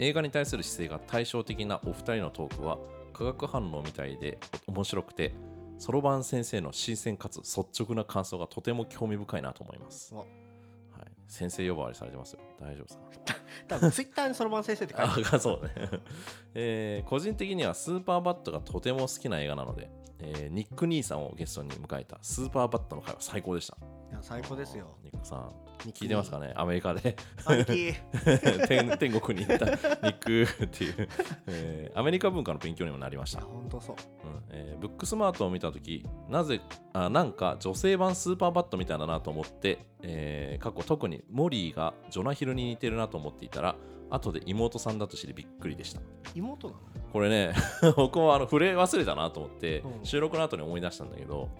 映画に対する姿勢が対照的なお二人のトークは化学反応みたいでお面白くて、そろばん先生の新鮮かつ率直な感想がとても興味深いなと思います。おはい、先生呼ばわりされてますよ。大丈夫さ。多分ツイッターにそろばん先生って書いてあるあそうね、 えー個人的にはスーパーバットがとても好きな映画なので、えーニック兄さんをゲストに迎えたスーパーバットの回は最高でした。いや最高ですよニックさん、聞いてますかねアメリカで 兄貴天天国に行ったニックっていう、 えーアメリカ文化の勉強にもなりましあた、うん本当そうえーブックスマートを見た時なぜあなんか女性版スーパーバットみたいだなと思って、えー過去特にモリーがジョナヒルに似てるなと思っていたら後で妹さんだと知りびっくりでした妹なのこれね 僕もあの触れ忘れたなと思って、うん収録の後に思い出したんだけど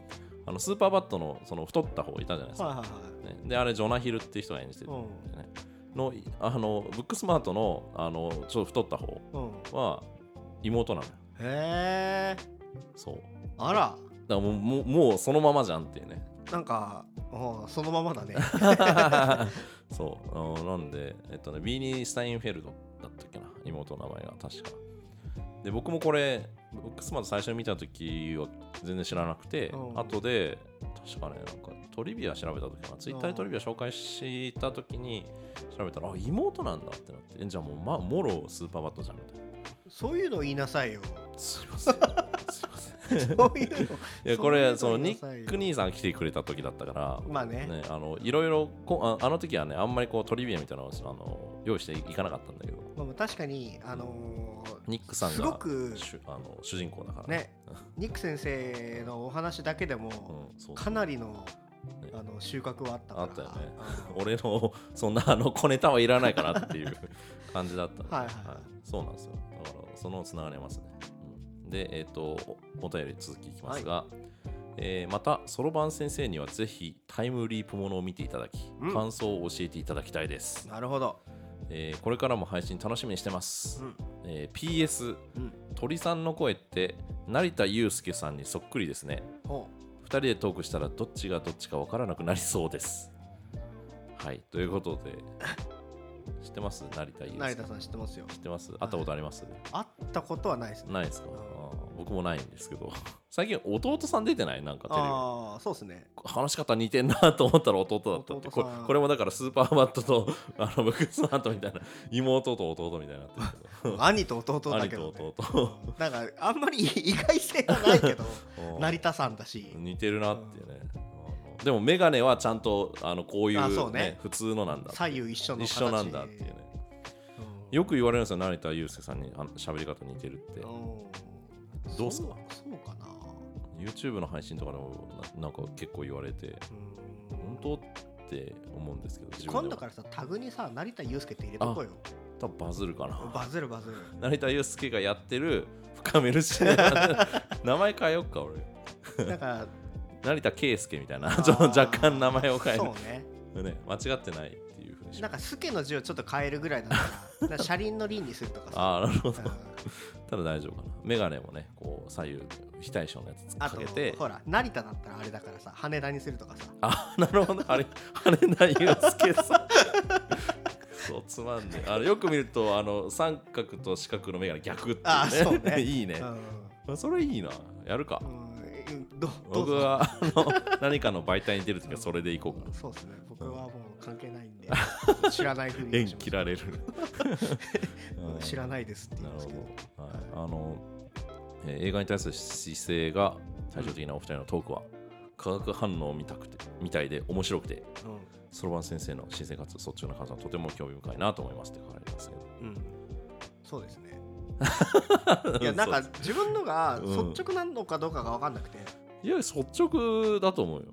あのスーパーバットのその太った方いたじゃないですか、はいはいねであれジョナヒルっていう人が演じてるんでね、のあのブックスマートのあのちょっと太った方はいうんは妹なのよへえそうあらだからもうもうもうそのままじゃんっていうねなんかうんそのままだね そうあのなんでえっとねビーニー・スタインフェルドだったっけな妹の名前が確かで僕もこれブックスマート最初に見た時は全然知らなくて、うん後で確かねなんかトリビア調べた時かなツイッターでトリビア紹介した時に調べたらあ妹なんだってなってえじゃあもう、ま、もろスーパーバットじゃんみたいなそういうの言いな さいよすいません。すいません。そういうのいやこれそそうのいうの言ニいなさいック兄さよん来てくれた時だったかまあねら、ね、あのいろいろこああの時はねあんまりこうトリビアみたいなのをあの用意していかなかったんだけどまあまあ確かにあのーニックさんがすごく主あの主人公だからねニック先生のお話だけでも、うんそうかなりのねあの収穫はあったかあらったよねうん俺のそんなあの小ネタはいらないかなっていう 感じだったのではいはいはいそうなんですよだからそのつながりますね、うんでえっ、とおお便り続きいきますが、えーまたそろばん先生にはぜひタイムリープものを見ていただき、うん感想を教えていただきたいです、なるほど、えーこれからも配信楽しみにしてます、うんえー PS うん、鳥さんの声って成田悠介さんにそっくりですねほ2人でトークしたらどっちがどっちか分からなくなりそうです はいということで知ってます成田悠成輔田さん知ってますよ知ってます会ったことあります、会ったことはないですねないですか、うんあー僕もないんですけど 最近弟さん出てないなんかテレビああそうで すね話し方似てんなと思ったら弟だったってこ弟れさんこれもだからスーパーバットとあのブックスマートみたいな妹と弟みたいになってるけど兄と 弟だ兄けど、とね、 弟うんなんかあんまり意外性はないけど うん成田さんだし似てるなってねあのでも眼鏡はちゃんとあのこういあう,、そうねね普通のなんだ左右一緒の一形緒なんだっていうねうんよく言われるんですよ成田悠輔さんにあの喋り方似てるってうんどうっすかそうそうかな YouTube の配信とかでもななんか結構言われてうん本当って思うんですけど自分今で度もからさタグにさ成田悠介って入れとこうよ多分バズるかなバズるバズる 成田悠輔がやってる深めるし 名前変えよっか俺なんか成田圭介みたいなあーちょっと若干名前を変えそうねる、ね、間違ってないっていうふうにしなんか「すけ」の字をちょっと変えるぐらいだったらなんか車輪の輪にするとかさああなるほどうんただ大丈夫かな眼鏡もねこう左右非対称のやつあかとけてほら成田だったらあれだからさ羽田にするとかさあなるほどあれ羽田悠介さんそうつまんねえあのよく見るとあの三角と四角の眼鏡逆ってあいそううね ねいいねう、んそれいいなやるか、うんどどう僕ぞはあの何かの媒体に出るときはそれでいこうかなそうですね僕はもう関係ないんで知らないふりを縁します切ら れるうん知らいないですって言ないるますけどほど、はい、あの、えー映画に対する姿勢が対照的なお二人のトークは化学反応を見たくてみたいで面白くてそろばん先生の新生活率直な感想はとても興味深いなと思いますって書かれてますけどうん、うん、そうで すねいやなんか自分のがうん率直なのかどうかが分かんなくて、いや率直だと思うよ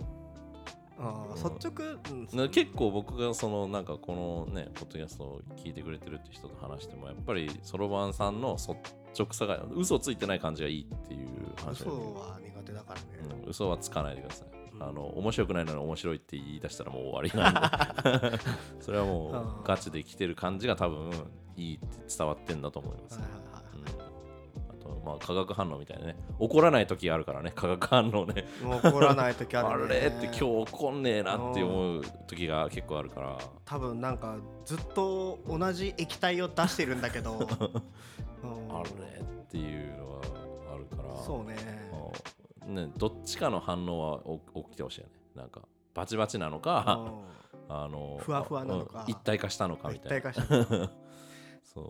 あー率直、うんな結構僕がそのなんかこのねポッドキャストを聞いてくれてるって人と話してもやっぱりそろばんさんの率直さが嘘ついてない感じがいいっていう話嘘なんだけどは苦手だからね、うん、嘘はつかないでください、うんあの面白くないのに面白いって言い出したらもう終わりなん でそれはもうんうガチで来てる感じが多分いいって伝わってんだと思います、はいはいはうんあとまあ化学反応みたいなね怒らない時があるからね化学反応ねいもう怒らない時 ああるねれって今日怒んねえなって思う時が結構あるから多分なんかずっと同じ液体を出してるんだけど、 うんあれっていうのはあるからそうねまあねどっちかの反応はお起きてほしいよねなんかバチバチなのか、うあのふわふわなのかうん一体化したのかんみ一たい体な化してるそう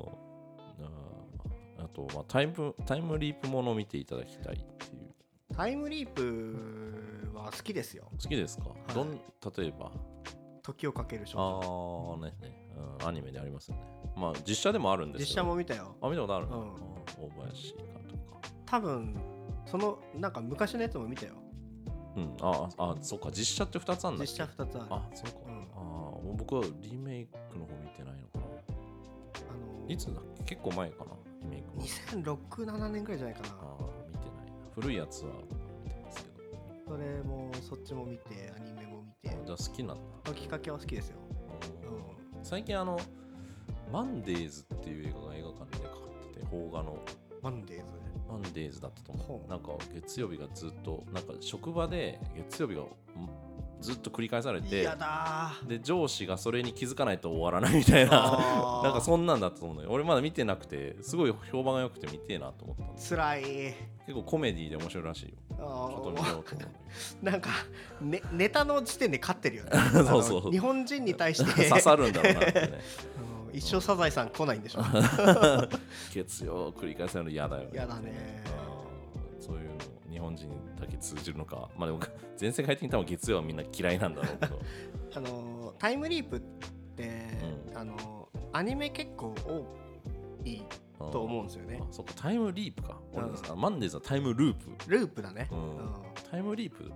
あーあと、まあ、タイムタイムリープものを見ていただきたいっていうタイムリープは好きですよ好きですか、いどん例えば時をかける少あ女あねね、うん、アニメでありますよねまあ実写でもあるんですけ実ど写も見たよあ見たことあるうん大林監督か多分そのなんか昔のやつも見たようんあああそうか実写って2つあるんだ実写2つあるああそうか、うんああ僕はリメイクの方見てないのかなのいつだっけ結構前かなリメイクの2006,7年ぐらいじゃないかなああ見てないな古いやつは見てますけどそれもそっちも見てアニメも見てあじゃあ好きなんだ、きっかけは好きですよ、う最近あの「マンデーズ」っていう映画が映画館でかかってて邦画のん、マンデーズマンデーズだったと思ほううなんか月曜日がずっとなんか職場で月曜日がんずっと繰り返されて嫌だーで上司がそれに気づかないと終わらないみたいなあ ーなんかそんなんだったと思うのよ俺まだ見てなくてすごい評判が良くて見てえなと思ったんですつらい結構コメディで面白いらしいよあちょっと見ーようと思うんだけどなんか、ね、ネタの時点で勝ってるよね そうそうあの日本人に対 し て刺さるんだろうなってねあの一生サザエさん来ないんでしょ月曜繰り返されるの嫌だよね嫌だねうんそういうの日本人だけ通じるのかまあでも全世界的に多分月曜はみんな嫌いなんだろうけどあのタイムリープって、うんあのアニメ結構多い と思うんですよねあそっかタイムリープか、うん俺さマンデーズはタイムループループだね、うんうタイムリープ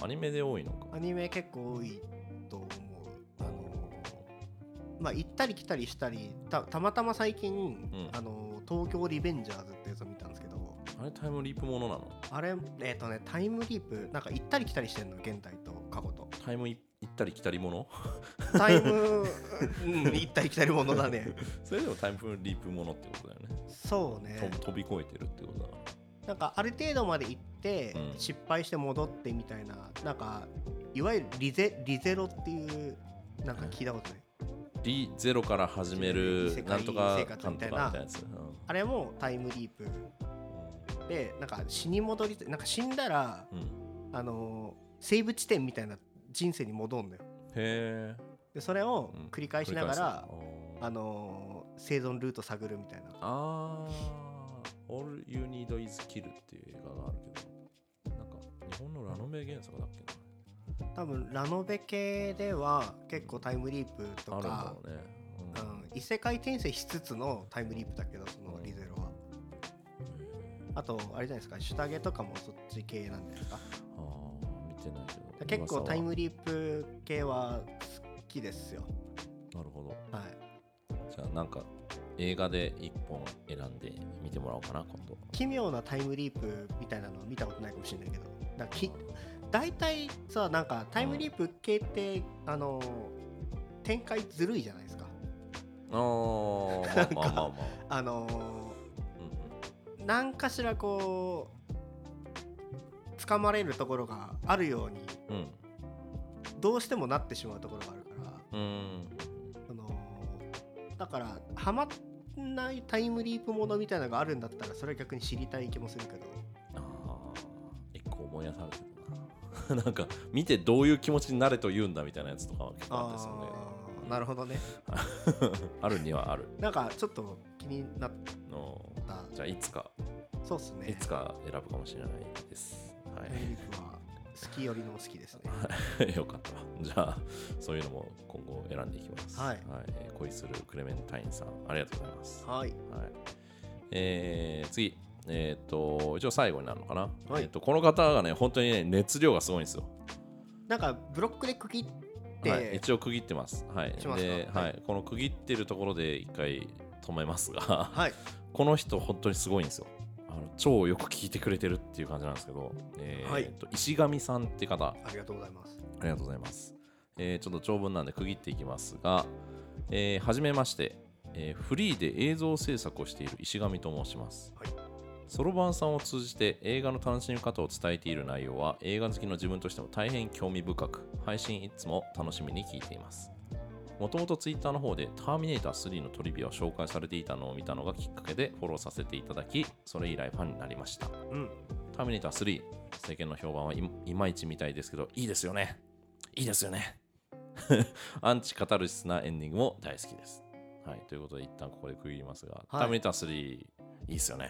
あアニメで多いのかんアニメ結構多いと思うあのまあ行ったり来たりしたりたたまたま最近、んあの東京リベンジャーズってやつを見たんですけどあれタイムリープものなのあれえっ、とねタイムリープなんか行ったり来たりしてんの現代と過去とタイムい行ったり来たりもの タイム、うん、行ったり来たりものだねそれでもタイムリープものってことだよね、そうねと飛び越えてるってことだかなんかある程度まで行って、うん失敗して戻ってみたいななんかいわゆるリゼリゼロっていうなんか聞いたことないリゼロから始める世界なんとか生活かんみとかみたたいいななやつ、うんあれもタイムリープでなんか死に戻りたいなんか死んだらうんうんあのーセーブ地点みたいな人生に戻るのよへえでそれをうん繰り返しながら、ああのー生存ルート探るみたいなあー All You Need Is Kill っていう映画があるけどなんか日本のラノベ原作だっけ多分ラノベ系では結構タイムリープとなあるんだかろうね、ううんん、異世界転生しつつのタイムリープだけどそのリゼロはあとあれじゃないですか下着とかもそっち系なんですかああ見てないけど結構タイムリリープ系は好きですよなるほどはいじゃあなんか映画で一本選んで見てもらおうかな今度奇妙なタイムリープみたいなのは見たことないかもしれないけどだからき大体さなんかタイムリープ系って、あの展開ずるいじゃないですかあーまあまあまあまあ、あの何かしらこう掴まれるところがあるようにうんうんどうしてもなってしまうところがあるからうんあのーだからハマんないタイムリープものみたいなのがあるんだったらそれは逆に知りたい気もするけどあー一個思い出されてるな なんか見てどういう気持ちになれと言うんだみたいなやつとかは結構あってそうあーなるほどねねあるにはあるなんかちょっと気になっのたじゃあいつかそうっすねいつか選ぶかもしれないですはタイムリープは好きよりの好きですねい よかったじゃあそういうのも今後選んでいきますはいえー恋するクレメンタインさんありがとうございますははいい。えー次。えっ、と、一応最後になるのかな。はいえーと、この方がね、本当にね、熱量がすごいんですよ。なんかブロックで区切って、はい、一応区切ってます。はい。しますかで、ははいい、この区切ってるところで一回止めますが、 はいこの人、本当にすごいんですよ。あの超よく聞いてくれてるっていう感じなんですけど、えーはいと石上さんって方、ありがとうございますありがとうございます。えーちょっと長文なんで区切っていきますが、えーはじめまして、えーフリーで映像制作をしている石上と申しますはい。そろばんさんを通じて映画の楽しみ方を伝えている内容は映画好きの自分としても大変興味深く配信いつも楽しみに聞いていますもともと Twitter の方で「ターミネーター3」のトリビアを紹介されていたのを見たのがきっかけでフォローさせていただきそれ以来ファンになりましたうんターミネーター3、世間の評判はいいまいちみたいですけど、いいですよね。いいですよね。 アンチカタルシスなエンディングも大好きです。はい、ということで、一旦ここで区切りますが、ターミネーター3、いいですよね。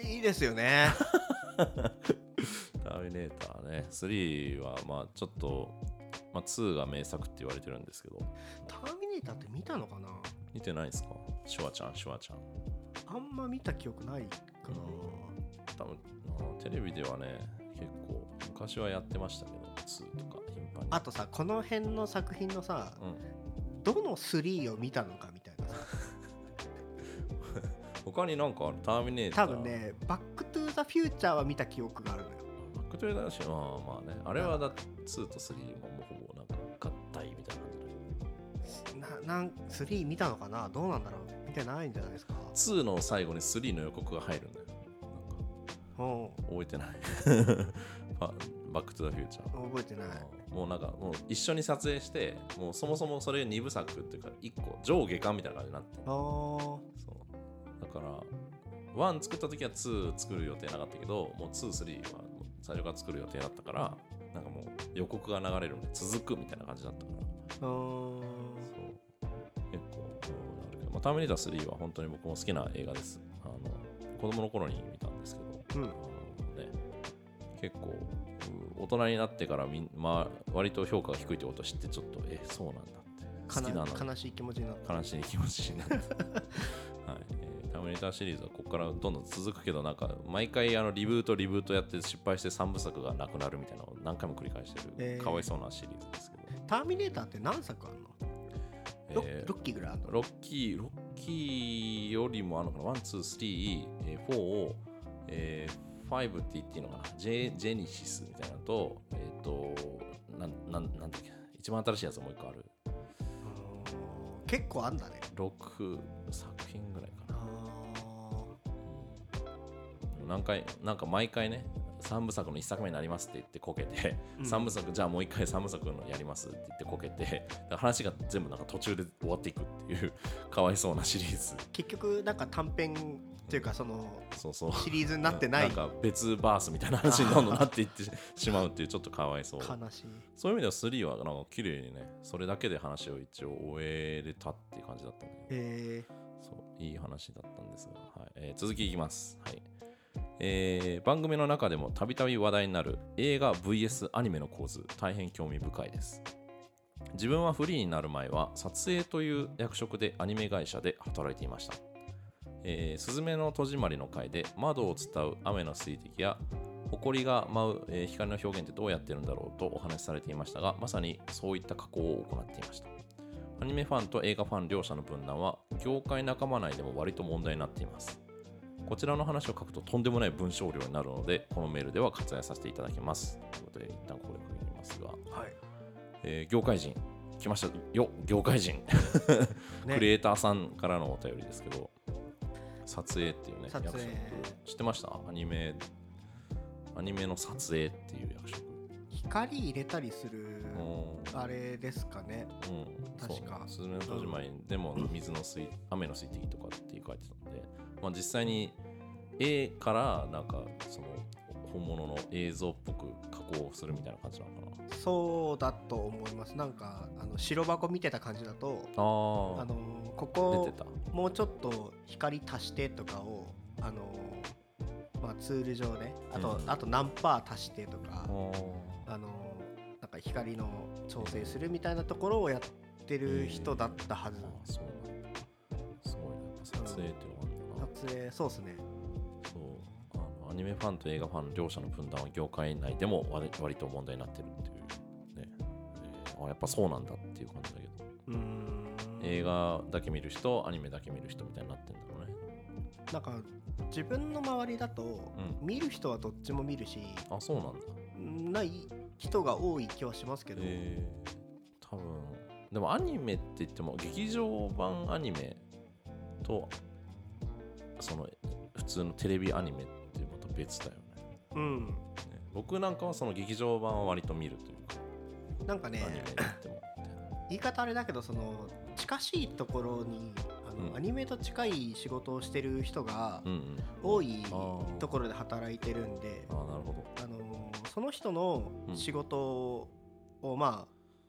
いいです よねターミネーターね、3は、まあ、ちょっと、まあ、2が名作って言われてるんですけど、ターミネーターって見たのかな見てないですかシュワちゃん、シュワちゃん。あんま見た記憶ないかな、多分あテレビではね、結構、昔はやってましたけど、2とか頻繁に。あとさこの辺の作品のさ、うん、どの3を見たのかみたいなさ他になんかある、ターミネータ多ー。分ね「バック・トゥ・ザ・フューチャー」は見た記憶があるのよバックトゥーダーシーはまあね、あれはだって2と3ももうほぼなんか合体みたいな感じななん3見たのかなどうなんだろう見てないんじゃないですかだ。2の最後に3の予告が入るんだよ。なんかうん覚えてない。ババックトゥーザフューチャー。覚えてないもうなんかもう一緒に撮影して、もうそもそもそれ2部作っていうか1個上下巻みたいな感じになってるあーそうだから1作った時は2作る予定なかったけどもう23はもう最初から作る予定だったからなんかもう予告が流れるんで続くみたいな感じだったからうーそんう結構うんなるけど、まあ、ターミネーター3は本当に僕も好きな映画ですあの子供の頃に見たんですけどうんあのね、結構うん大人になってからみん、まあ、割と評価が低いってことを知ってちょっとえそうなんだってか好きななの悲しい気持ちになった悲しい気持ちに なって、はいえーターミネーターシリーズはここからどんどん続くけどなんか毎回あのリブートリブートやって失敗して3部作がなくなるみたいなのを何回も繰り返してる、えーかわいそうなシリーズですけど、ターミネーターって何作あんの、ロえーロッキーぐらいあんのロッキー、ロッキーよりもあるのかな、ワン、ツー、スリー、えーフォーを、えー、ファイブって言っていいのかな、ジェジェニシスみたいなのと、えっ、と、なん、なん、なんだっけ、一番新しいやつもう一個ある、うーん結構あんだね6作品ぐらいかな。あうん何回、なんか毎回ね、 3部作の1作目になりますって言ってこけて、うん3部作じゃあもう1回3部作のやりますって言ってこけてだから話が全部なんか途中で終わっていくっていうかわいそうなシリーズ結局なんか短編っていうかそのそうそうシリーズになってないんか別バースみたいな話にどんどんなっていってししまうっていうちょっとかわいそう悲しいそういう意味では3はなんか綺麗にねそれだけで話を一応終えれたっていう感じだったんだけどえそういい話だったんですが、はいえー続きいきます、はいえー番組の中でもたびたび話題になる映画 VS アニメの構図大変興味深いです自分はフリーになる前は撮影という役職でアニメ会社で働いていましたえーすずめの戸締まりの回で窓を伝う雨の水滴や埃が舞う、えー光の表現ってどうやってるんだろうとお話しされていましたがまさにそういった加工を行っていましたアニメファンと映画ファン両者の分断は業界仲間内でも割と問題になっていますこちらの話を書くととんでもない文章量になるのでこのメールでは割愛させていただきますということで一旦ここで区切りますが、ーはいえー業界人来ましたよ業界人クリねエイターさんからのお便りですけど撮影っていうね撮影役職知ってましたアニメアニメの撮影っていう役職光入れたりするうんあれですかねうん、確かそうすずめの戸締まりでも水の水、雨の水滴とかって書いてたんで、まあ、実際に絵からなんかその本物の映像っぽく加工するみたいな感じなのかなそうだと思いますなんかあの白箱見てた感じだとあああのこ出こてたもうちょっと光足してとかをあの、まあ、ツール上ねあと,、うんあと何パー足してとかあ、ーあのなんか光の調整するみたいなところをやってる人だったはず、あーそうなんだすごいなやっぱ撮影っていうのがあるんだな、撮影そうですねそうあのアニメファンと映画ファン両者の分断は業界内でも割割と問題になってるっていうね、えーあやっぱそうなんだっていう感じだけどうーん映画だけ見る人アニメだけ見る人みたいになってんだろうねなんか自分の周りだと、う見る人はどっちも見るしあそうなんだない人が多い気はしますけど、えー、多分でもアニメって言っても劇場版アニメとその普通のテレビアニメってまた別だよねうんね僕なんかはその劇場版は割と見るというなんかねかアニメで言っても言い方あれだけどその近しいところにあの、うんアニメと近い仕事をしてる人がうんうん多いあーところで働いてるんで、ああなるほあのーその人の仕事をまあ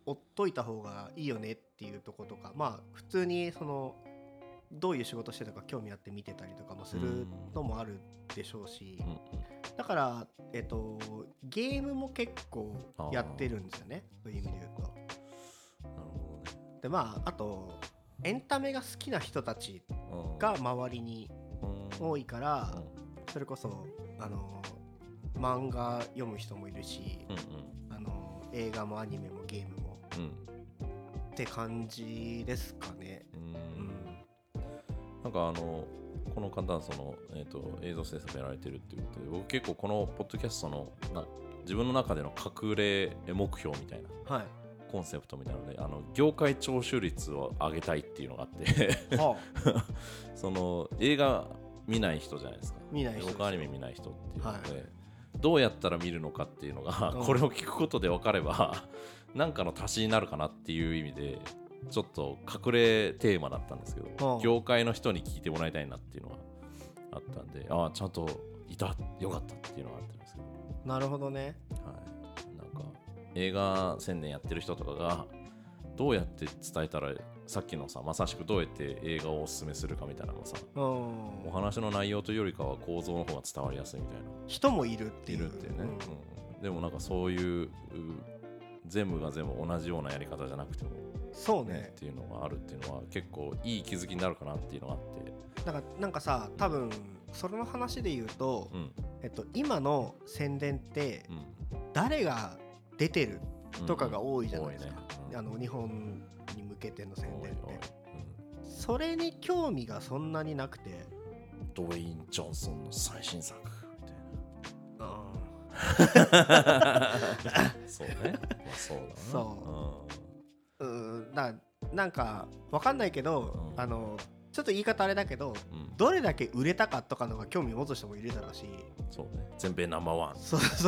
追っといた方がいいよねっていうところとかまあ普通にそのどういう仕事してたか興味あって見てたりとかもするのもあるでしょうし、ど、うんうん、だから、えっと、ゲームも結構やってるんですよねそういう意味で言うと。なるほでまああとエンタメが好きな人たちどねうんが周りにうん多いから、うんそれこそあの漫画読む人もいるし、うんあの映画もアニメもゲームもうんって感じですかね。うんううんん、なんかあのこの方はその、えー、と映像制作やられてるっていうことで僕結構このポッドキャストのな自分の中での隠れ目標みたいなは コンセプトみたいなのであの業界聴取率を上げたいっていうのがあって い。はその映画見ない人じゃないですか見ない人です僕アニメ見ない人っていうので、はどうやったら見るのかっていうのが、うんこれを聞くことで分かれば なんかの足しになるかなっていう意味でちょっと隠れテーマだったんですけど、うん業界の人に聞いてもらいたいなっていうのがあったんでああちゃんといたよかったっていうのがあったんですけどあ、なるほどね。はい、なんか映画宣伝やってる人とかがどうやって伝えたらさっきのさまさしくどうやって映画をおすすめするかみたいなのもさうんお。話の内容というよりかは構造の方が伝わりやすいみたいな人もいるってい。いうるっていうね、うんうんでもなんかそういうう全部が全部同じようなやり方じゃなくても、そうねねっ。ていうのがあるっていうのは結構いい気づきになるかなっていうのがあって、なんかなんかさ多分それの話で言うと、うんえっと、今の宣伝ってうん誰が出てるうん、とかが多いじゃないですか、多いねあの日本に向けての宣多い伝って多いそれに興味がそんなになくてうんドウェイン・ジョンソンの最新作みたいな。そうね。まあ、そうだな。そううんだからなんかわかんないけど、うんあのちょっと言い方あれだけどうん、どれだけ売れたかとかのが興味を持つ人もいるだろうしそうね全米ナンバーワそうそ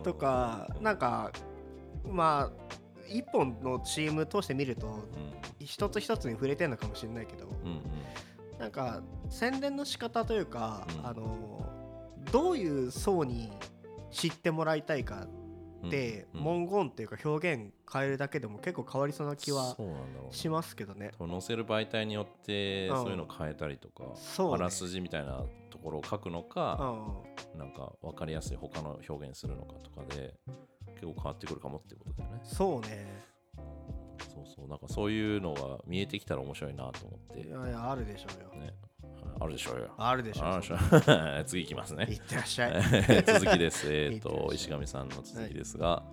ンとかなんかまあ一本の CM 通して見るとう一つ一つに触れてるのかもしれないけどんうんなんか宣伝の仕方というか、うんあのどういう層に知ってもらいたいかうんって、うん文言っていうか表現変えるだけでも結構変わりそうな気はそうなんだろうねしますけどね。こう載せる媒体によってうんそういうの変えたりとか、そうねあらすじみたいなところを書くのうか、んなんか分かりやすい他の表現するのかとかで結構変わってくるかもってことだよねそうねそうそうなんかそういうのが見えてきたら面白いなと思って、いね、やいやあるでしょうよはいあるでしょうよあるでしょあるうでしょ 次いきますねいってらっしゃい続き です。えっ、いいとで、石す上さんの続きですが、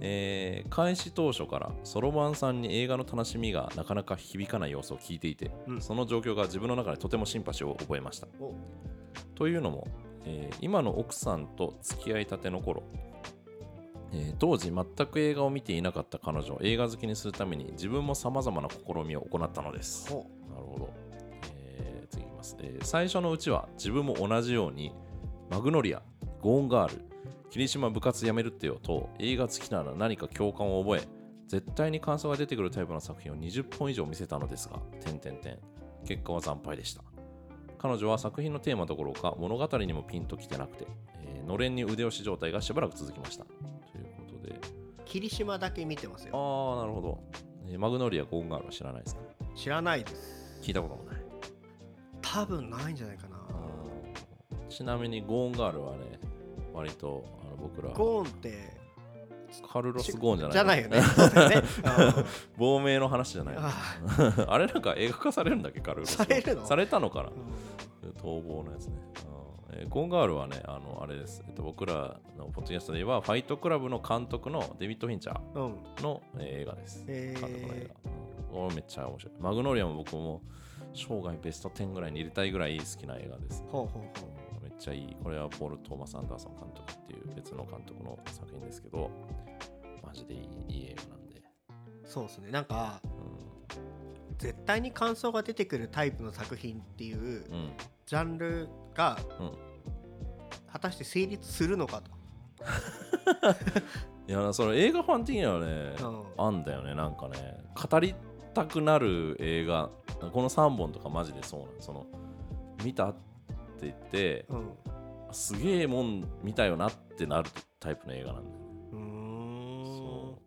えー開始当初からソロマンさんに映画の楽しみがなかなか響かない様子を聞いていて、うんその状況が自分の中でとてもシンパシーを覚えました。おというのも、えー今の奥さんと付き合いたての頃、えー当時全く映画を見ていなかった彼女を映画好きにするために自分もさまざまな試みを行ったのです。ほなるほど。えー次いきます、えー最初のうちは自分も同じように、マグノリア、ゴーンガール、霧島部活やめるってよと、映画好きなら何か共感を覚え、絶対に感想が出てくるタイプの作品を20本以上見せたのですが、点々点結果は惨敗でした。彼女は作品のテーマどころか物語にもピンときてなくて、えーのれんに腕押し状態がしばらく続きました。ということで、霧島だけ見てますあよー、なるほど。えーマグノリア、ゴーンガールは知らないですか知らないです聞いたこともない。多分ないんじゃないかなちなみにゴーンガールはね、割とあの僕らゴーンってカルロス・ゴーンじゃないじゃない よね。そうだよね亡命の話じゃない ああれなんか映画化されるんだっけカルロスゴーンされるのされたのかなーうん逃亡のやつね、うんえーゴーンガールはねあのあれです、えっと、僕らのポッドキャストで言えばファイトクラブの監督のデビッド・フィンチャーうん、の、えー映画です、え監督の映ー、画、うんおーめっちゃ面白いマグノリアも僕も生涯ベスト10ぐらいに入れたいぐらい好きな映画ですほうほうほうめっちゃいい。これはポール・トーマス・アンダーソン監督っていう別の監督の作品ですけど、マジでいいいい映画なんで。そうですねなんかう。絶対に感想が出てくるタイプの作品っていうんうん。ジャンルがうん果たして成立するのかと、いや、その映画ファン的にはね、うんあんだよね、なんかね、語りたくなる映画、この3本とかマジでそうなの。その、見たって言って、うんすげえもん見たよなってなるタイプの映画なんだよね。うーんそ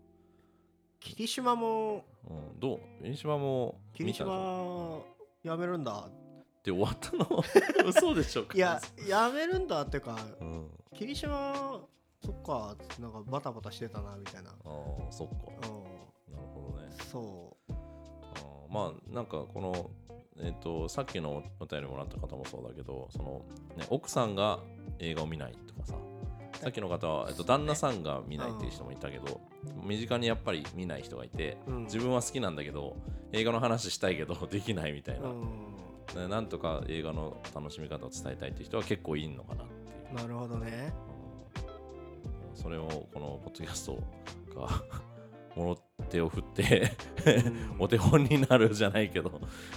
霧島もう。うん、どう霧島も見霧たでしょ島やめるんだって終わったの 嘘でしょいややめるんだっていうかうん。霧島そっかなんかバタバタしてたなみたいなああ、そっか。うなるほどねん。そあーまあなんかこの、えっとさっきのお便りもらった方もそうだけどその、ね、奥さんが映画を見ないとかささっきの方は、えっと旦那さんが見ないっていう人もいたけど、身近にやっぱり見ない人がいて、うん自分は好きなんだけど映画の話したいけど できないみたいううな、んねなんとか映画の楽しみ方を伝えたいっていう人は結構いいのかなっていう、なるほどねうんそれをこのポッドキャストが もろ手を振ってうん お手本になるじゃないけど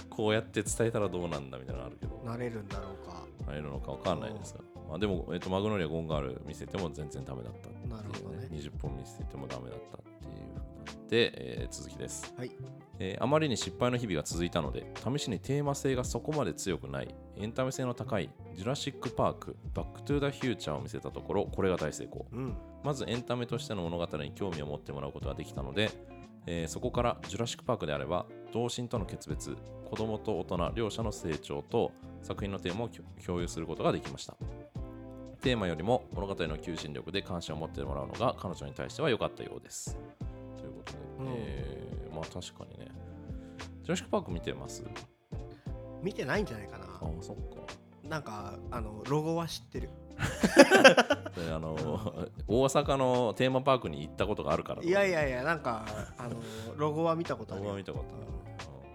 こうやって伝えたらどうなんだみたいなのあるけどなれるんだろうかなれるのかわかんないですが、まあ、でも、えっとマグノリア・ゴンガール見せても全然ダメだったっていう、なるほどね20本見せてもダメだったっていうふうにで、えー続きです、はいえーあまりに失敗の日々が続いたので試しにテーマ性がそこまで強くないエンタメ性の高い「ジュラシック・パーク」「バック・トゥ・ザ・フューチャー」を見せたところこれが大成功うんまずエンタメとしての物語に興味を持ってもらうことができたので、えーそこからジュラシック・パークであれば童心との決別子供と大人両者の成長と作品のテーマをきょ共有することができましたテーマよりも物語の求心力で関心を持ってもらうのが彼女に対しては良かったようですということで、うんえーまあ確かにねジュラシック・パーク見てます見てないんじゃないかなああそっかなんかあのロゴは知ってるで あの大阪のテーマパークに行ったことがあるからいやいややいやなんかあのロゴは見たことある僕よは見たことある、うん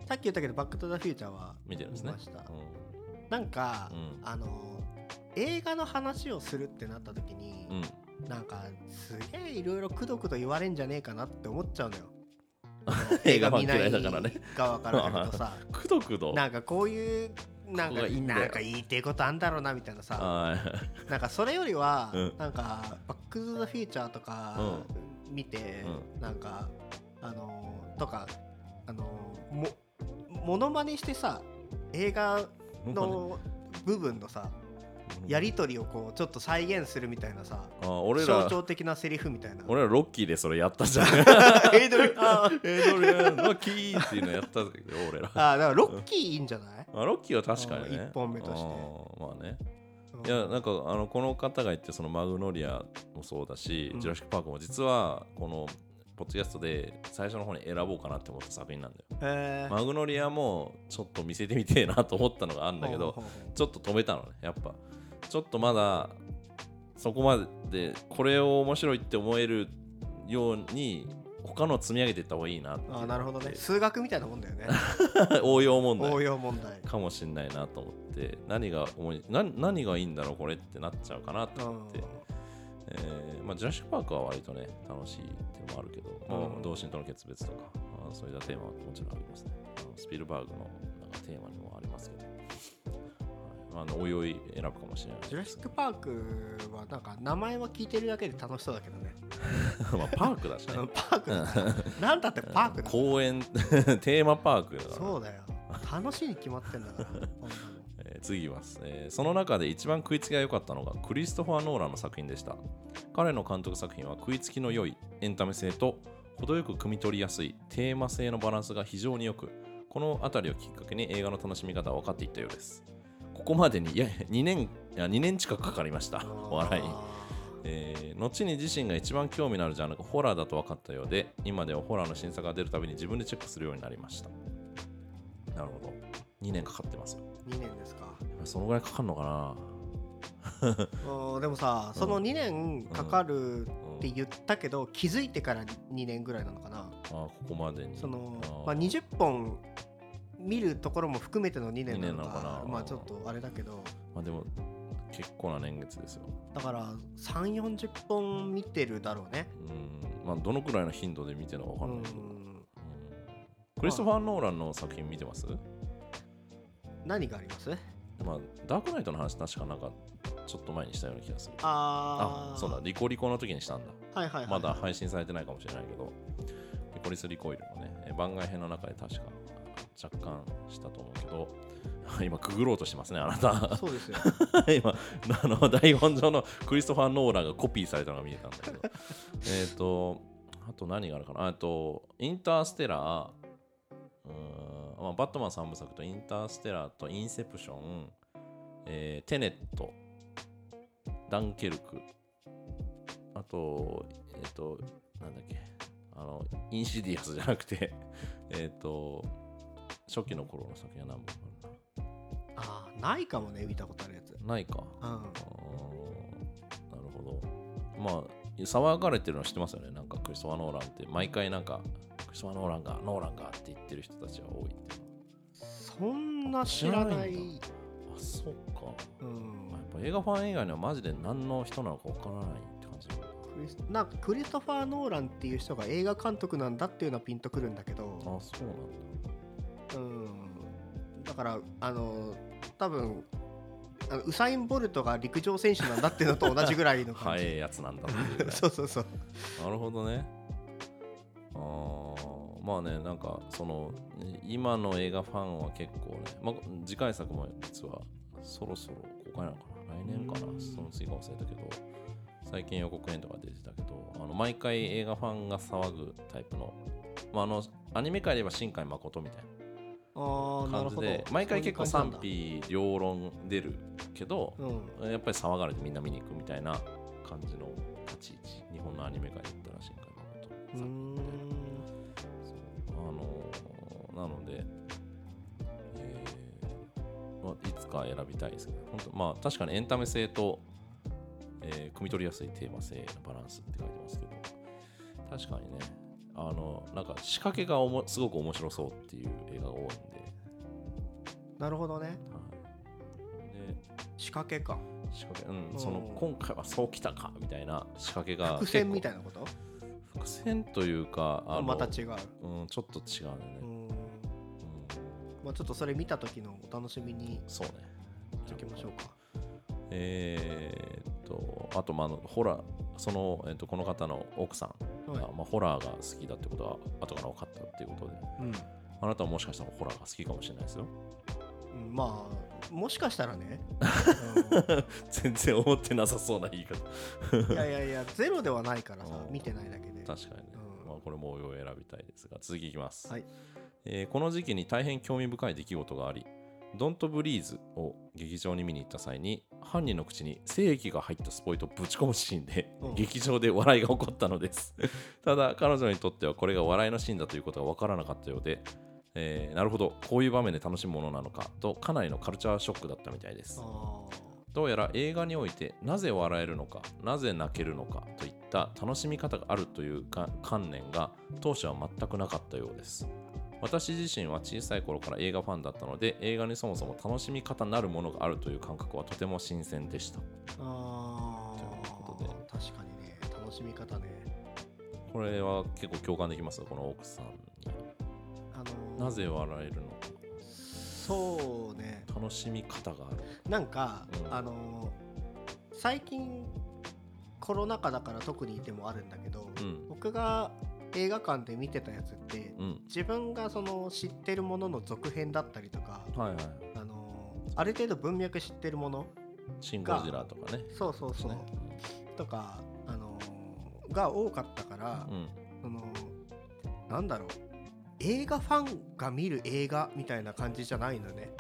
さっき言ったけど「バック・トゥ・ザ・フューチャー」は見てるんですね見ましたうんなんか、うんあの映画の話をするってなった時に、うん、なんかすげえいろいろくどくど言われんじゃねえかなって思っちゃうのよ映 映画画見見なないい側から見る とさくどくど。なんかこういうなこんこかがいいんだよなんか言いてえことあんだろうなみたいなさはいなんかそれよりは、うんなんか「バック・トゥ・ザ・フューチャー」とか見て、なんかあのーとかあのーもモノマネしてさ映画の部分のさやり取りをこうちょっと再現するみたいなさあ俺象ら徴的なセリフみたいな俺らロッキーでそれやったじゃんエイドリ あーエドリアンロッキーっていうのやったけど俺らあ あーだからロッキーいいんじゃない、ロッキーは確かにね一本目としてうんまあねうんいやなんかあのこの方が言ってそのマグノリアもそうだし、うんジュラシック・パークも実はこのポッドキャストで最初の方に選ぼうかなって思った作品なんだよ。えーマグノリアもちょっと見せてみてえなと思ったのがあるんだけど、ほうほうほうちょっと止めたのねやっぱちょっとまだそこまでこれを面白いって思えるように他のを積み上げていった方がいいなってあーなるほどね数学みたいなもんだよね 応用問応題用問題 かもしんないなと思って何が思いな何がいいんだろうこれってなっちゃうかなと思って、えーまあ、ジュラシック・パークは割とね楽しいってもあるけど、まうあ、ん同心との決別とか、まあ、そういったテーマはもちろんありますねあのスピルバーグのなんかテーマにもありますけど、はいまああの、おいおい選ぶかもしれないジュラシック・パークはなんか名前は聞いてるだけで楽しそうだけどねまあパークだしあねのパークだか らなんだってパークだから公園 テーマパークだからそうだよ楽しいに決まってんだからこんなのえー次いきます、えーその中で一番食いつきが良かったのがクリストファー・ノーランの作品でした彼の監督作品は食いつきの良いエンタメ性と程よく汲み取りやすいテーマ性のバランスが非常によくこの辺りをきっかけに映画の楽しみ方は分かっていったようですここまでにいや2年いや2年近くかかりましたお 笑いにえー後に自身が一番興味のあるジャンルがホラーだと分かったようで今ではホラーの審査が出るたびに自分でチェックするようになりましたなるほど2年かかってますよ2年ですかやっぱりそのぐらいかかるのかなうんでもさその2年かかるって言ったけど気づいてから2年ぐらいなのかなあーここまでにそのーまあ、20本見るところも含めての2年な二年のかなのかなまあちょっとあれだけどまあでも結構な年月ですよだから3 4 0本見てるだろうねうんまあどのくらいの頻度で見てるのかう分かんないけど、うんんクリストファー・ノーランの作品見てます、何がありますまあ、ダークナイトの話確かなんかちょっと前にしたような気がするあああそうだリコリコの時にしたんだはいはいはいまだ配信されてないかもしれないけど、リコリス・リコイルのね、えー番外編の中で確か若干したと思うけど、 今、くぐろうとしてますね、あなた。そ うですよ今、あの台本上のクリストファー・ノーランがコピーされたのが見えたんだけど。 えっと、あと何があるかなあと、インターステラー、うーんまあ、バットマン3部作とインターステラーとインセプション、えーテネット、ダンケルク、あと、えっ、と、なんだっけ、あの、インシディアスじゃなくて、 えっ、と、初期の頃の作品は何本かあるあーないかもね見たことあるやつなないか。うんあーなるほど。まあ、騒がれてるの知ってますよね。なんかクリストファー・ノーランって、毎回なんか、クリストファー・ノーランが、ノーランがって言ってる人たちが多いっていうそんな知らない知らないんのはあ、そうか。うんまあやっぱ映画ファン以外にはマジで何の人なのかわからないって感じだなクリスなんかクリストファー・ノーランっていう人が映画監督なんだっていうのはピンとくるんだけどあ、そうなんだ。うんだからあの多分あのウサイン・ボルトが陸上選手なんだっていうのと同じぐらいの感早じ、いやつなんだっていうぐらい そうそうそうなるほどね。あーまあね、なんかその今の映画ファンは結構ね、まあ、次回作も実はそろそろ公開なのかな来年かなうんその次か忘れたけど最近予告編とか出てたけどあの毎回映画ファンが騒ぐタイプの,、まあ、あのアニメ界で言えば新海誠みたいああななる感じほどで毎回結構そうい賛う感じ否両論出るけど、なんだやっぱり騒がれてみんな見に行くみたいな感じの立ち位置日本のアニメ界で言ったら新海誠うさんんうあのーなので、えーまあ、いつか選びたいですけど、本当まあ、確かにエンタメ性と、えー汲み取りやすいテーマ性のバランスって書いてますけど、確かにね、あのなんか仕掛けがおもすごく面白そうっていう映画が多いんで、ーんなるほどねはい、で仕掛けか仕掛け、うん、んその今回はそうきたかみたいな仕掛けが伏結線構みたいなこと伏直線というかまあのあまた違う、うん、ちょっと違うよね、ううんんそまあ、ちょっとそれ見た時のお楽しみにうねしておきましょうかえーっとあとまああのホラーその、えーっとこの方の奥さんが、はいまあ、ホラーが好きだってことは後から分かったっていうことでうんあなたはもしかしたらホラーが好きかもしれないですよ うんまあもしかしたらね、全然思ってなさそうな言い方うんいやいやいやゼロではないからさうん見てないだけで確かにね、うんまあ、これも応用選びたいですが続きいきます、はいえーこの時期に大変興味深い出来事があり「ドント・ブリーズ」を劇場に見に行った際に犯人の口に精液が入ったスポイトをぶち込むシーンで、うん劇場で笑いが起こったのです ただ彼女にとってはこれが笑いのシーンだということが分からなかったようで、えーなるほどこういう場面で楽しむものなのかとかなりのカルチャーショックだったみたいですあどうやら映画においてなぜ笑えるのかなぜ泣けるのかといった楽しみ方があるというか観念が当初は全くなかったようです私自身は小さい頃から映画ファンだったので映画にそもそも楽しみ方なるものがあるという感覚はとても新鮮でしたーあーということで確かにね楽しみ方ねこれは結構共感できますこの奥さんあのなぜ笑えるのかそうね楽しみ方があるなんか、うんあの最近コロナ禍だから特にいてもあるんだけど、うん僕が映画館で見てたやつってうん自分がその知ってるものの続編だったりとか、はいはいあのある程度文脈知ってるものシン・ゴジラとかねそうそうそう、ねとか、あのが多かったから、うんそのなんだろう映画ファンが見る映画みたいな感じじゃないのね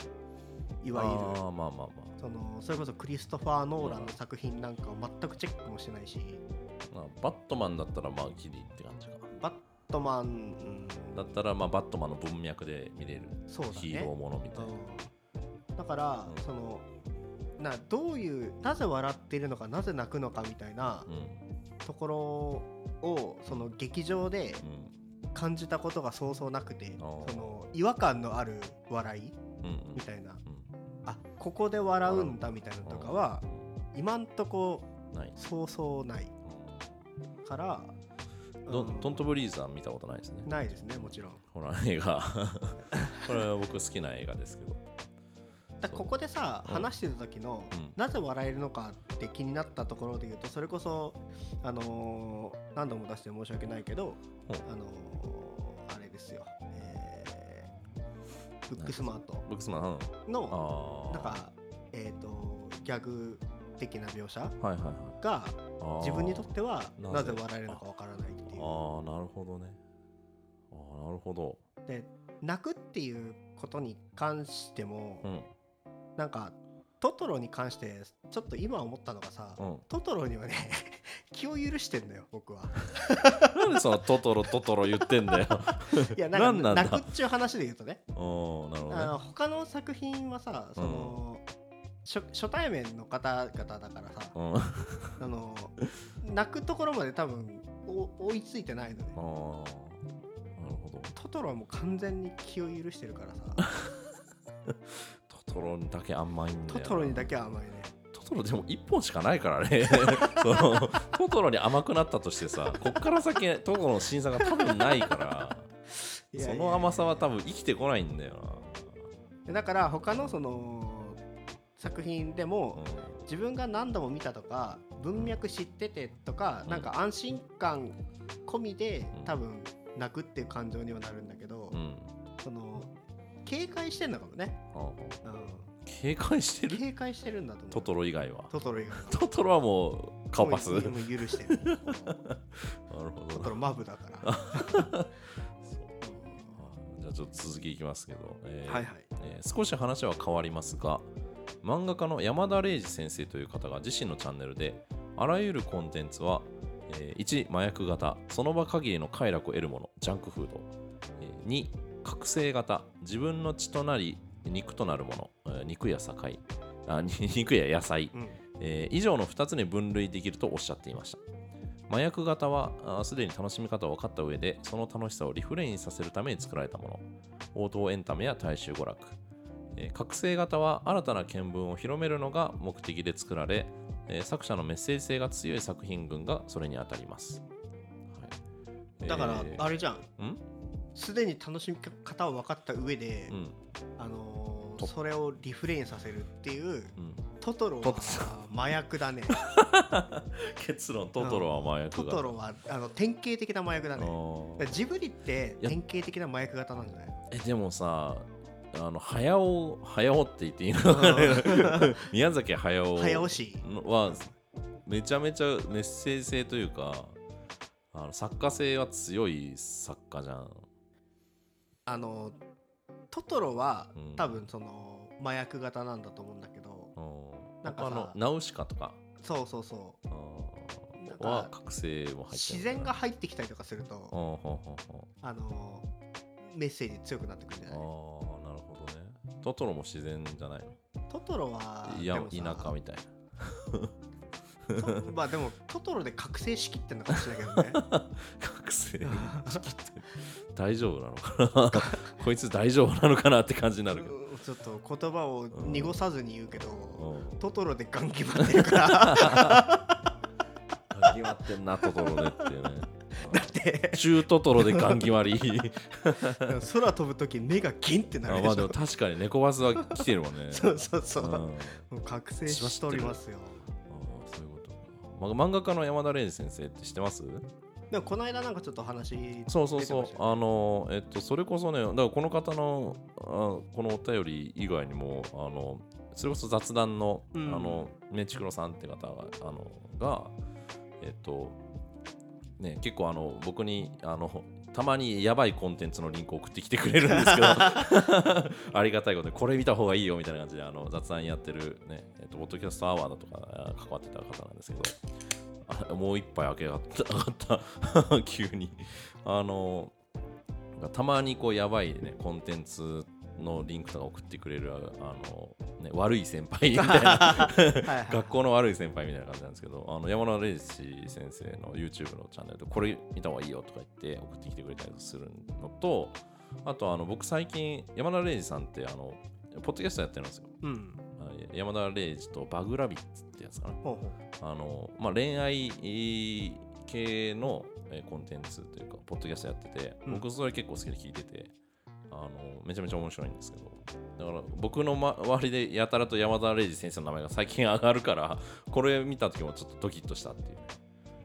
いいわゆるあーまあまあまそのそれこそクリストファー・ノーランの作品なんかを全くチェックもしてないしあまあバットマンだったらまあギリって感じかなバットマン、うんだったら、まあ、バットマンの文脈で見れるそうだねヒーローものみたいな。うんだから、うんそのなどういうなぜ笑ってるのかなぜ泣くのかみたいなうんところをその劇場で感じたことがそうそうなくてあーその違和感のある笑いうんうんみたいなうんあここで笑うんだみたいなのとかは今んとこない。そうそうないから、ドうんンドントブリーズは見たことないですね。ないですねもちろんホラー映画。 これは僕好きな映画ですけど。だからここでさ、うん話してた時の、うんなぜ笑えるのかって気になったところで言うとそれこそ、あのー何度も出して申し訳ないけど、うんあのーあれですよ、えーブックスマートブックスマン、うんあのあ。なんか、えー、とギャグ的な描写はいはいはいがあー。自分にとってはななぜぜ笑えるのかわからないっていあうあ、なるほどね。ああ、なるほど。で泣くっていうことに関しても、うんなんかトトロに関してちょっと今思ったのがさ、うん。トトロにはね 気を許してんのよ 僕はなんでそのトトロトトロ言ってんだよ。 いやななんんかなんだ泣くっちゅう話で言うとねおお、なるほあどのね。他の作品はさその、初初対面の方々だからさ、うん。ああの泣くところまで多分お追いついてないので、あー。なるほど。トトロはもう完全に気を許してるからさトトロにだけ甘いんだよな。トトロにだけは甘いねトトロでも1本しかないからね そのトトロに甘くなったとしてさこっから先トトロの審査が多分ないからいやいそやいやの甘さは多分生きてこないんだよだから他のその作品でな、も、自分が何度も見たとか文脈知っててとか、うんなんか安心感込みでうん多分泣くっていう感情にはなるんだけど、うんうんその警戒してんだかもね、ああう警戒してん、る警戒してるんだと思うトトロ以外はトトロ以外はトトロはもう顔パスもなうるもう 許してるほトどトなロマブだ からじゃあちょっと続きいきますけど、えーはいはいえー少し話は変わりますが漫画家の山田玲二先生という方が自身のチャンネルであらゆるコンテンツは、え1麻薬型その場限りの快楽を得るものジャンクフード、え2覚醒型自分の血となり肉となるもの、えー肉や境あ に肉や野菜、うんえー以上の2つに分類できるとおっしゃっていました麻薬型はあーすでに楽しみ方を分かった上でその楽しさをリフレインさせるために作られたもの応答エンタメや大衆娯楽、えー覚醒型は新たな見聞を広めるのが目的で作られ、えー作者のメッセージ性が強い作品群がそれにあたります、はいだからえーあれじゃんうんすでに楽しみ方を分かった上で、うんあのーとそれをリフレインさせるっていううんトトロトはト麻薬 だね結論トトロは麻ト薬がトロはあの典型的な麻薬だねあージブリっていや典型的な麻薬型なんじゃないえでもさあの早尾早尾って言っていいのかなう 宮崎駿早押しはめちゃめちゃメッセージ性というかあの作家性は強い作家じゃんあのトトロは、うん多分その麻薬型なんだと思うんだけどうんなんかさ他のナウシカとかそうそうそあうなんーはか覚醒も入ってる自然が入ってきたりとかするああとほうほうほうあのメッセージ強くなってくるんじゃあーないなるほどねトトロも自然じゃないトトロはのいやでもさ田舎み たいなとまあでもトトロで覚醒しきってんのかもしれないけどね 覚醒大丈夫なのかな こいつ大丈夫なのかなって感じになるけど、ちょっと言葉を濁さずに言うけど、うん、トトロでガン決まってるか らだガン決まってんなトトロでっていうね って中トトロでガン決まり 空飛ぶ時目がギンってあなるでしまょあでも確かに猫バスは来てるもんね そうそうそう、んもあう覚醒しておりますよーそういうこと、ま、漫画家の山田玲二先生って知ってますでもこの間なんかちょっと話そうそうそう出てましたねあのえっとそれこそねだからこの方のあこのお便り以外にもあのそれこそ雑談の、うんあのメチクロさんって方があのがえっとね結構あの僕にあのたまにやばいコンテンツのリンクを送ってきてくれるんですけ ど ありがたいことでこれ見た方がいいよみたいな感じであの雑談やってるねえっとポッドキャストアワーだとかあ関わってた方なんですけどあもう一杯開けがった 上がった急にあのたまにこうやばいねコンテンツのリンクとか送ってくれるあの、ね、悪い先輩みたいなはいはい、学校の悪い先輩みたいな感じなんですけどあの山田礼二先生の YouTube のチャンネルでこれ見た方がいいよとか言って送ってきてくれたりするのとあとあの僕最近山田礼二さんってあのポッドキャストやってるんですようんあの山田礼二とバグラビッツってやつかなほうほあのまあ、恋愛系のえーコンテンツというか、ポッドキャストやってて、うん僕それ結構好きで聞いてて、あのめちゃめちゃ面白いんですけど、だから僕の、ま、周りでやたらと山田礼二先生の名前が最近上がるから、これ見た時もちょっとドキッとしたっていう。う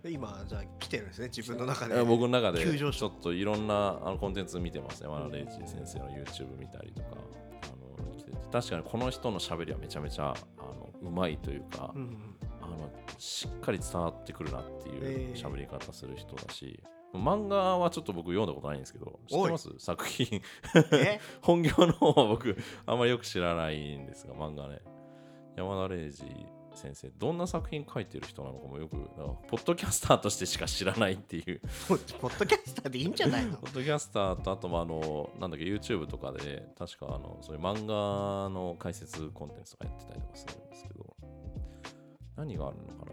今じゃあ来てるんですね自分の中でえ僕の中で急ち上昇ょっといろんなあのコンテンツ見てますね。山田礼二先生の YouTube 見たりとか。あの来てて確かにこの人の喋りはめちゃめちゃあのうまいというか、うんうんあのしっかり伝わってくるなっていうえー喋り方する人だし、漫画はちょっと僕読んだことないんですけど知ってます 作品え 本業の方は僕あんまりよく知らないんですが漫画ね山田礼二先生どんな作品書いてる人なのかもよくだからポッドキャスターとしてしか知らないっていうポッポッドキャスターでいいんじゃないのポッドキャスターとあとまああのなんだっけ YouTube とかで確かあのそういう漫画の解説コンテンツとかやってたりとかするんですけど何があるのかな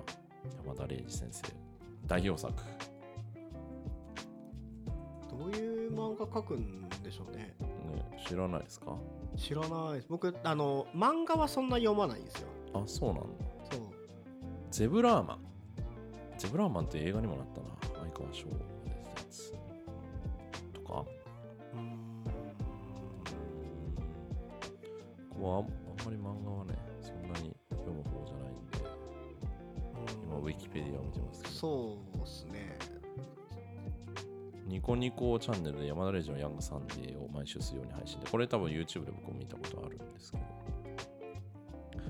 山田礼二先生代表作ねどういう漫画描くんでしょうね知らないですか知らないです僕あの漫画はそんな読まないんですよあそうなんだそうゼブラーマンゼブラーマンって映画にもなったな相川翔が出てたやつとかうーんうん僕はあんあんまり漫画はねそんなに読む方じゃないんで今ウィキペディアを見てますけどそうっすねニコニコチャンネルで山田レジのヤングサンデーを毎週水曜に配信で、これ多分 YouTube で僕も見たことあるんですけど。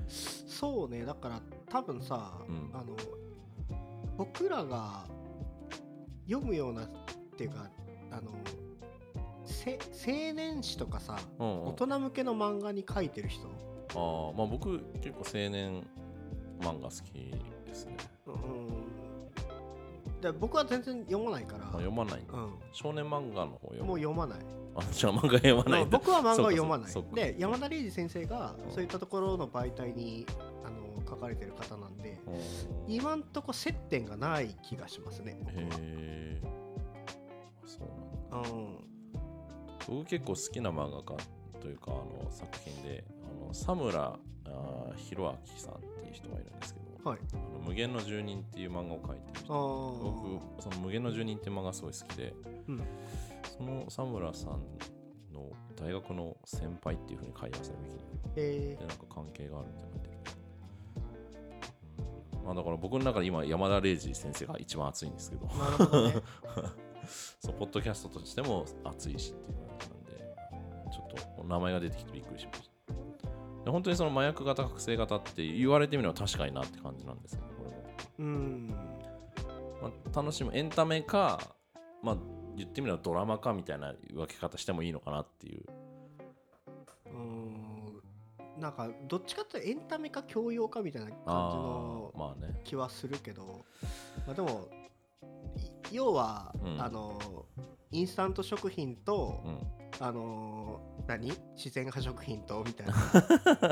そうねだから多分さ、うんあの僕らが読むようなっていうかあのせ青年誌とかさうんうん、大人向けの漫画に書いてる人、あーまあ僕結構青年漫画好きですね。うん、で僕は全然読まないから、まあ、読まないんだ。う少年漫画の方読ん、もむ。う読まないあ、じゃあ漫画読まないんだ。僕は漫画を読まないそうかそうかで山田礼二先生がうんそういったところの媒体にあの書かれてる方なんでうんへ今んとこ接点がない気がしますね僕はえ。そうなんだ。うん僕結構好きな漫画家というかあの作品であの佐村あー弘明さんっていう人がいるんですけどはいあの無限の住人っていう漫画を描いてるあ人ー僕その無限の住人って漫画がすごい好きで、うんその佐村さんの大学の先輩っていうふうに書いてますねウィキにえでなんか関係があるみたいな書いてるまあだから僕の中で今山田礼二先生が一番熱いんですけど ー、なるほどねそうポッドキャストとしても熱いしっていう感じなんでちょっとお名前が出てきてびっくりしましたで本当にその麻薬型覚醒型って言われてみれば確かになって感じなんですけどこれもうんまあ、楽しむエンタメか、まあ、言ってみればドラマかみたいな分け方してもいいのかなっていううーんなんかどっちかっていうとエンタメか教養かみたいな感じのあーまあね気はするけど、まあ、でもい要は、うんあのインスタント食品と、うんあの何自然派食品とみたいな、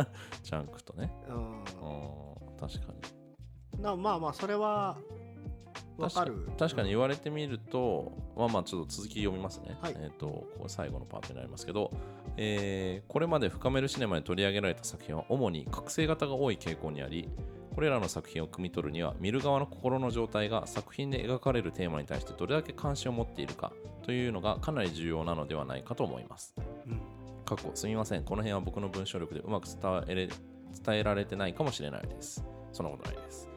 ジャンクとねううん確かにん、なまあまあそれはわかる確確かに言われてみると、まあまあちょっと続き読みますね。はいえっ、と、ここ最後のパートになりますけど、えーこれまで深めるシネマで取り上げられた作品は主に覚醒型が多い傾向にあり、これらの作品を汲み取るには、見る側の心の状態が作品で描かれるテーマに対してどれだけ関心を持っているかというのがかなり重要なのではないかと思います。うん過去すみませんこの辺は僕の文章力でうまく伝えれ伝えられてないかもしれないですそんなことないです、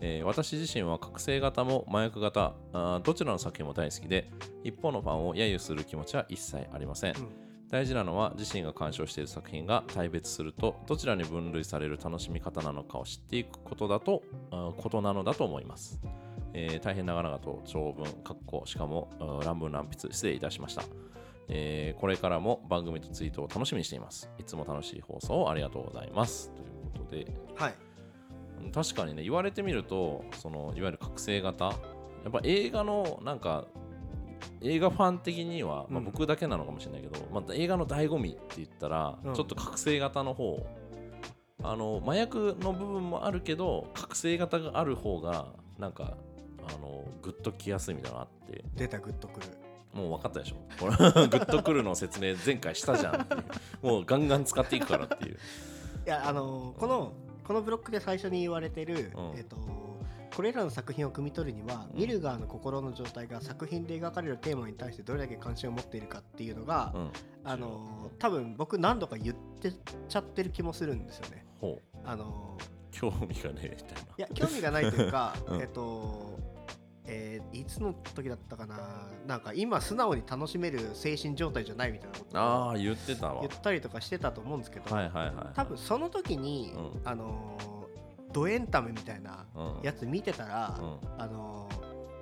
えー私自身は覚醒型も麻薬型あーどちらの作品も大好きで一方のファンを揶揄する気持ちは一切ありません、大事なのは自身が鑑賞している作品が大別するとどちらに分類される楽しみ方なのかを知っていくことだとあーことなのだと思います、えー大変長々と長文かっこしかもあー乱文乱筆失礼いたしましたえーこれからも番組とツイートを楽しみにしています。いつも楽しい放送をありがとうございます。ということで、はいうん確かにね、言われてみると、そのいわゆる覚醒型、やっぱ映画のなんか、映画ファン的には、まあ、うん僕だけなのかもしれないけど、まあ、映画の醍醐味って言ったら、うんちょっと覚醒型の方あの麻薬の部分もあるけど覚醒型がある方がなんかあのグッときやすいみたいなのがあって出たグッとくるもう分かったでしょこれグッとくるの説明前回したじゃんっていうもうガンガン使っていくからっていういやあのこのこのブロックで最初に言われてる、うんえっとこれらの作品を汲み取るには、うん見る側の心の状態が作品で描かれるテーマに対してどれだけ関心を持っているかっていうのが、うんあの多分僕何度か言ってちゃってる気もするんですよね。ほうあの興味がねえみたいない や興味がないというか、うんえっと、えーいつの時だったかななんか今素直に楽しめる精神状態じゃないみたいなことあをあ言ってたわ言ったりとかしてたと思うんですけど、はいはいはい多分その時に、うあのードエンタメみたいなうんやつ見てたら、うんあのー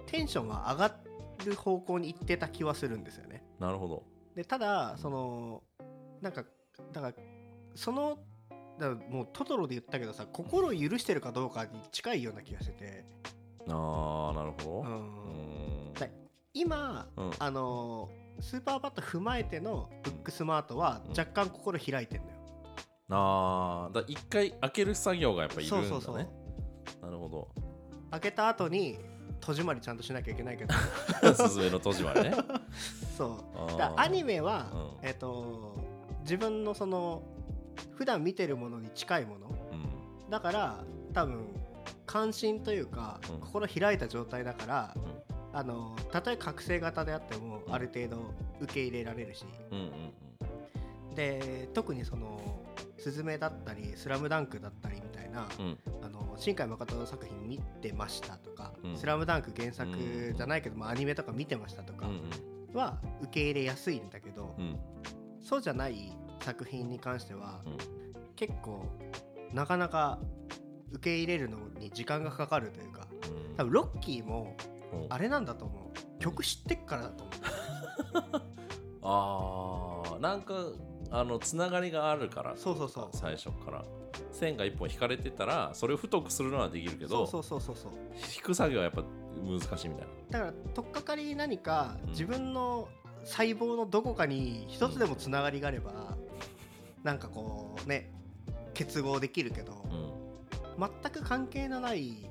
テンションが上がる方向に行ってた気はするんですよね。なるほどでただそのなんかだからそのだからもうトトロで言ったけどさ心を許してるかどうかに近いような気がしてて、ああなるほう、どうんんだ今、うんあのースーパーバット踏まえてのブックスマートはうん若干心開いてんだよ、あーだ一回開ける作業がやっぱいるんだそうねそうそうなるほど 開けた後に戸締まりちゃんとしなきゃいけないけど すずめの戸締ま りねそうあーだからアニメは、うんえっと自分のその普段見てるものに近いものうんだから多分関心というか、うん心開いた状態だからうんあのたとえ覚醒型であってもうんある程度受け入れられるし、うんうんうんで特にその「スズメ」だったり「スラムダンクだったりみたいな、うんあの新海誠の作品見てましたとか「うんスラムダンク原作じゃないけど、まあ、アニメとか見てましたとうかんは受け入れやすいんだけど、うんうんそうじゃない作品に関しては、うん結構なかなか受け入れるのに時間がかかるというかうん多分ロッキーもうんあれなんだと思う曲知ってっからだと思あーなんかあのつながりがあるからうそうそうそう最初から線が一本引かれてたらそれを太くするのはできるけそうどそうそうそうそう引く作業はやっぱ難しいみたいだから取っかかりに何かうん自分の細胞のどこかに一つでもつながりがあれば、なんかこうね結合できるけど、な全く関係のない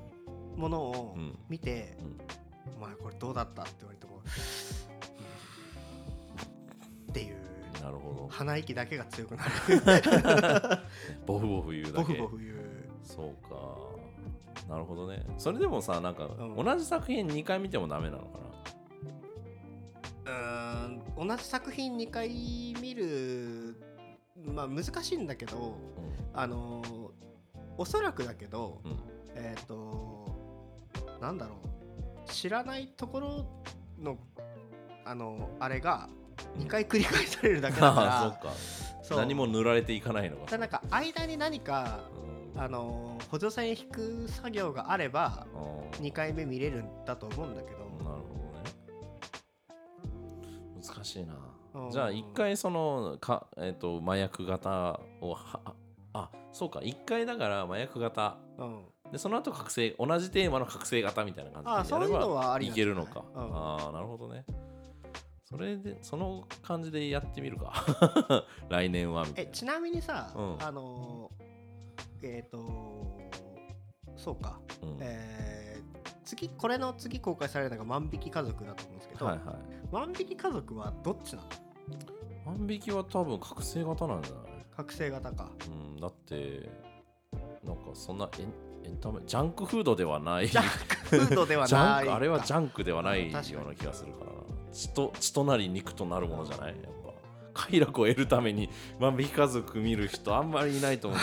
ものをうんうん見て、うんお前これどうだったって言われてもっていうなるほ鼻息だけが強 くなるどボフボフ言うだけボフボフ言うそうかなるほどねそれでもさなんかうん同じ作品2回見てもダメなのかうーん同じ作品2回見るまあ難しいんだけどな、あのーおそらくだけど、うんうん、えっ、となんだろう知らないところのあのあれが2回繰り返されるだけだ あかあらそそっうか何も塗られていかないのただかなんか間に何かうんあのー補助線引く作業があればあー2回目見れるんだと思うんだけど、なるほどね難しいなうんじゃあ一回そのか、えっと麻薬型をはああそうか一回だから麻薬型うん、でその後覚醒同じテーマの覚醒型みたいなあ感あじそでうやいれうのばはありいなんけじゃなるのか、うんああなるほどねそれでその感じでやってみるか 来年はみたいえなちなみにさ、うんあのーえっ、とそうか、うんえー次これの次公開されるのが「万引き家族」だと思うんですけど、はいはい万引き家族はどっちな の万引きは多分覚醒型なんじゃない覚醒型かうん、だって、なんかそんなエンエンタメ、ジャンクフードではない。ジャンフードではクないかあれはジャンクではなういんよ確かにうな気がするからな。血と血となり肉となるものじゃないやっぱ。快楽を得るために万引き家族見る人あんまりいないと思う。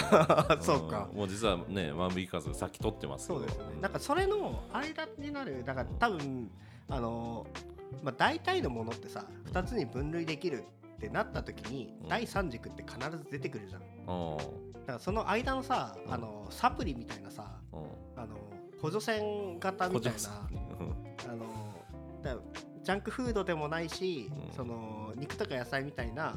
そうかんもう実はね、万引き家族さっき撮ってますけそど。うですよねんなんかそれの間になるだから多分あのーまあ、大体のものってさ2つに分類できるってなった時に、うん第三軸って必ず出てくるじゃんだうんからその間のさ、うんあのーサプリみたいなさうあの補助線型ん。みたい補助なうんあのだジャンクフードでもないし、うんその肉とか野菜みたいな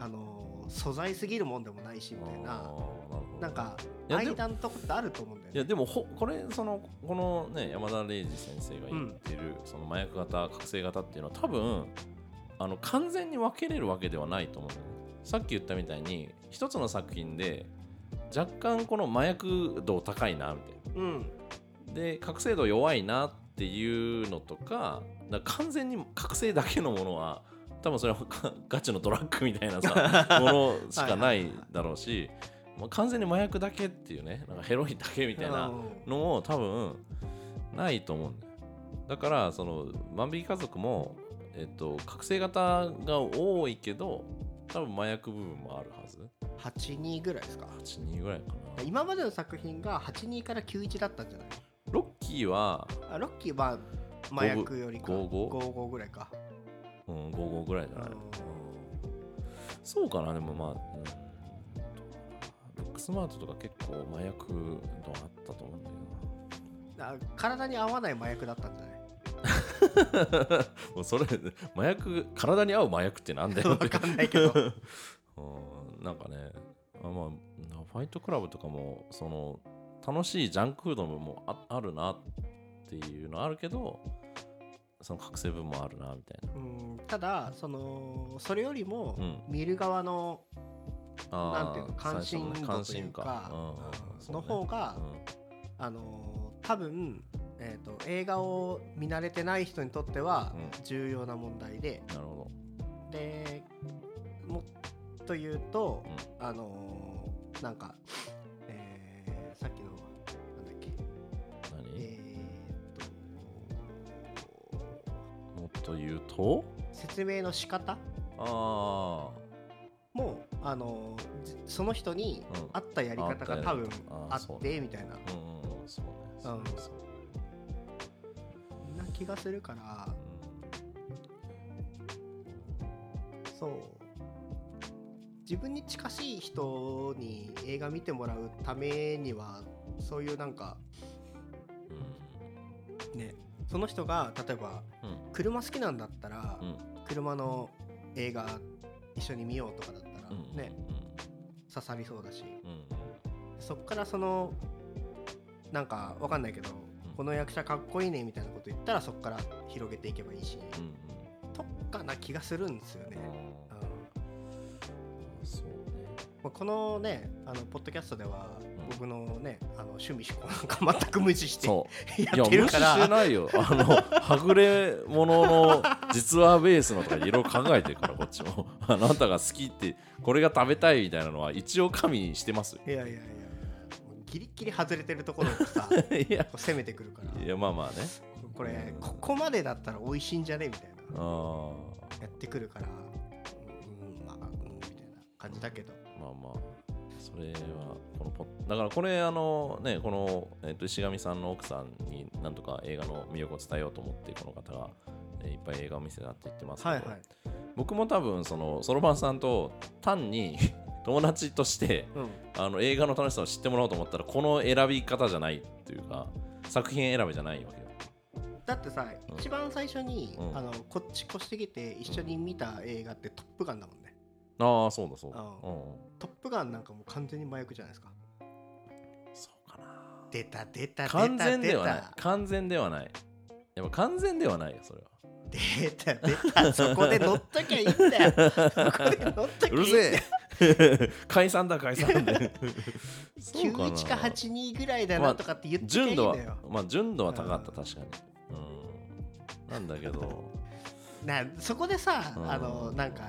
あの素材すぎるもんでもないしみたいあーるなほどなんかいやでも間のとこってあると思うんだよいね。やでもほこれそのこのね山田礼二先生が言ってる、その麻薬型覚醒型っていうのは多分あの完全に分けれるわけではないと思うのねさっき言ったみたいに一つの作品で若干この麻薬度高いなみたいうんなで覚醒度弱いなっていうのとかだから完全に覚醒だけのものは多分それはかガチのドラッグみたいな さものしかないだろうし、まあ、完全に麻薬だけっていうねなんかヘロインだけみたいなうんのも多分ないと思うんだよだからその万引き家族も、えっと、覚醒型が多いけど多分麻薬部分もあるはず82ぐらいですか82ぐらいかな今までの作品が82から91だったんじゃないロッキーは、あロッキーは麻薬よりか55 55ぐらいかうん、55ぐらいじゃない、うんそうかなでもまあ、うんブックスマートとか結構麻薬度あったと思うんだあ体に合わない麻薬だったんじゃないけどなもうそれ麻薬体に合う麻薬ってなんだよっわてかんないけどうんなんかねあまあなファイトクラブとかもその楽しいジャンクフードもああるなっていうのはあるけどその覚醒分もあるなみたいなうんただそのそれよりもうん見る側のなんあていうのー関心最初のね度というか関う心かんの方うんがそうねあのー多分、えー、と映画を見慣れてない人にとってはう重要な問題で、うんなるほでもっと言うとど、あのーなんか、えーさっきのなんだっけうん何、えー、ともっと言うと説明の仕方あもあのーじその人にうん合ったやり方があ多分ああそうって、みたいなあうんうんそうねそうねうんそうねな気がするからそう自分に近しい人に映画見てもらうためにはそういうなんかうんねその人が例えばうん車好きなんだったら、うん車の映画一緒に見ようとかだったら、うんね刺さりそうだしうんうんそっからそのなんかわかんないけど、この役者かっこいいねみたいなこと言ったらそっから広げていけばいいし、うんとかな気がするんですよねうんう。んうんそうねまあこのねあのポッドキャストでは僕のねあの趣味思考なんか全 く無視してやそういっやてる無視かしてらないよあのはぐれ者の実話ベースのとかいろいろ考えてるからこっちもあなたが好きってこれが食べたいみたいなのは一応加味してますよいやいやいやギリギリ外れてるところを さいやこう攻めてくるからいやまあまあねこれここまでだったら美味しいんじゃねみたいなあやってくるからうんまあうんみたいな感じだけどーまあまあそれはこのポだからこれあのねこの、えっと石上さんの奥さんになんとか映画の魅力を伝えようと思ってこの方が、えーいっぱい映画を見せたって言ってますけど、はいはい僕も多分そのそろばんさんと単に 友達としてうんあの映画の楽しさを知ってもらおうと思ったらこの選び方じゃないっていうか作品選びじゃないわけよだってさうん一番最初にうんあのこっち越してきて一緒に見た映画って「トップガン」だもんねああそうだそうだあうあんうん「トップガン」なんかもう完全に麻薬じゃないですかそうかな出た出た出た完全出ではないた完全ではないやっぱ完全ではないよそれ は出た出たそこで乗っときゃいいん だよそこで乗っときゃいいんだようるせえ 解散だ解散だ そうかな91か82ぐらいだなとかって言ってきゃいい純ん度はだよ、まあ純度は高かったうん確かにうんなんだけどなそこでさ、うんあのなんか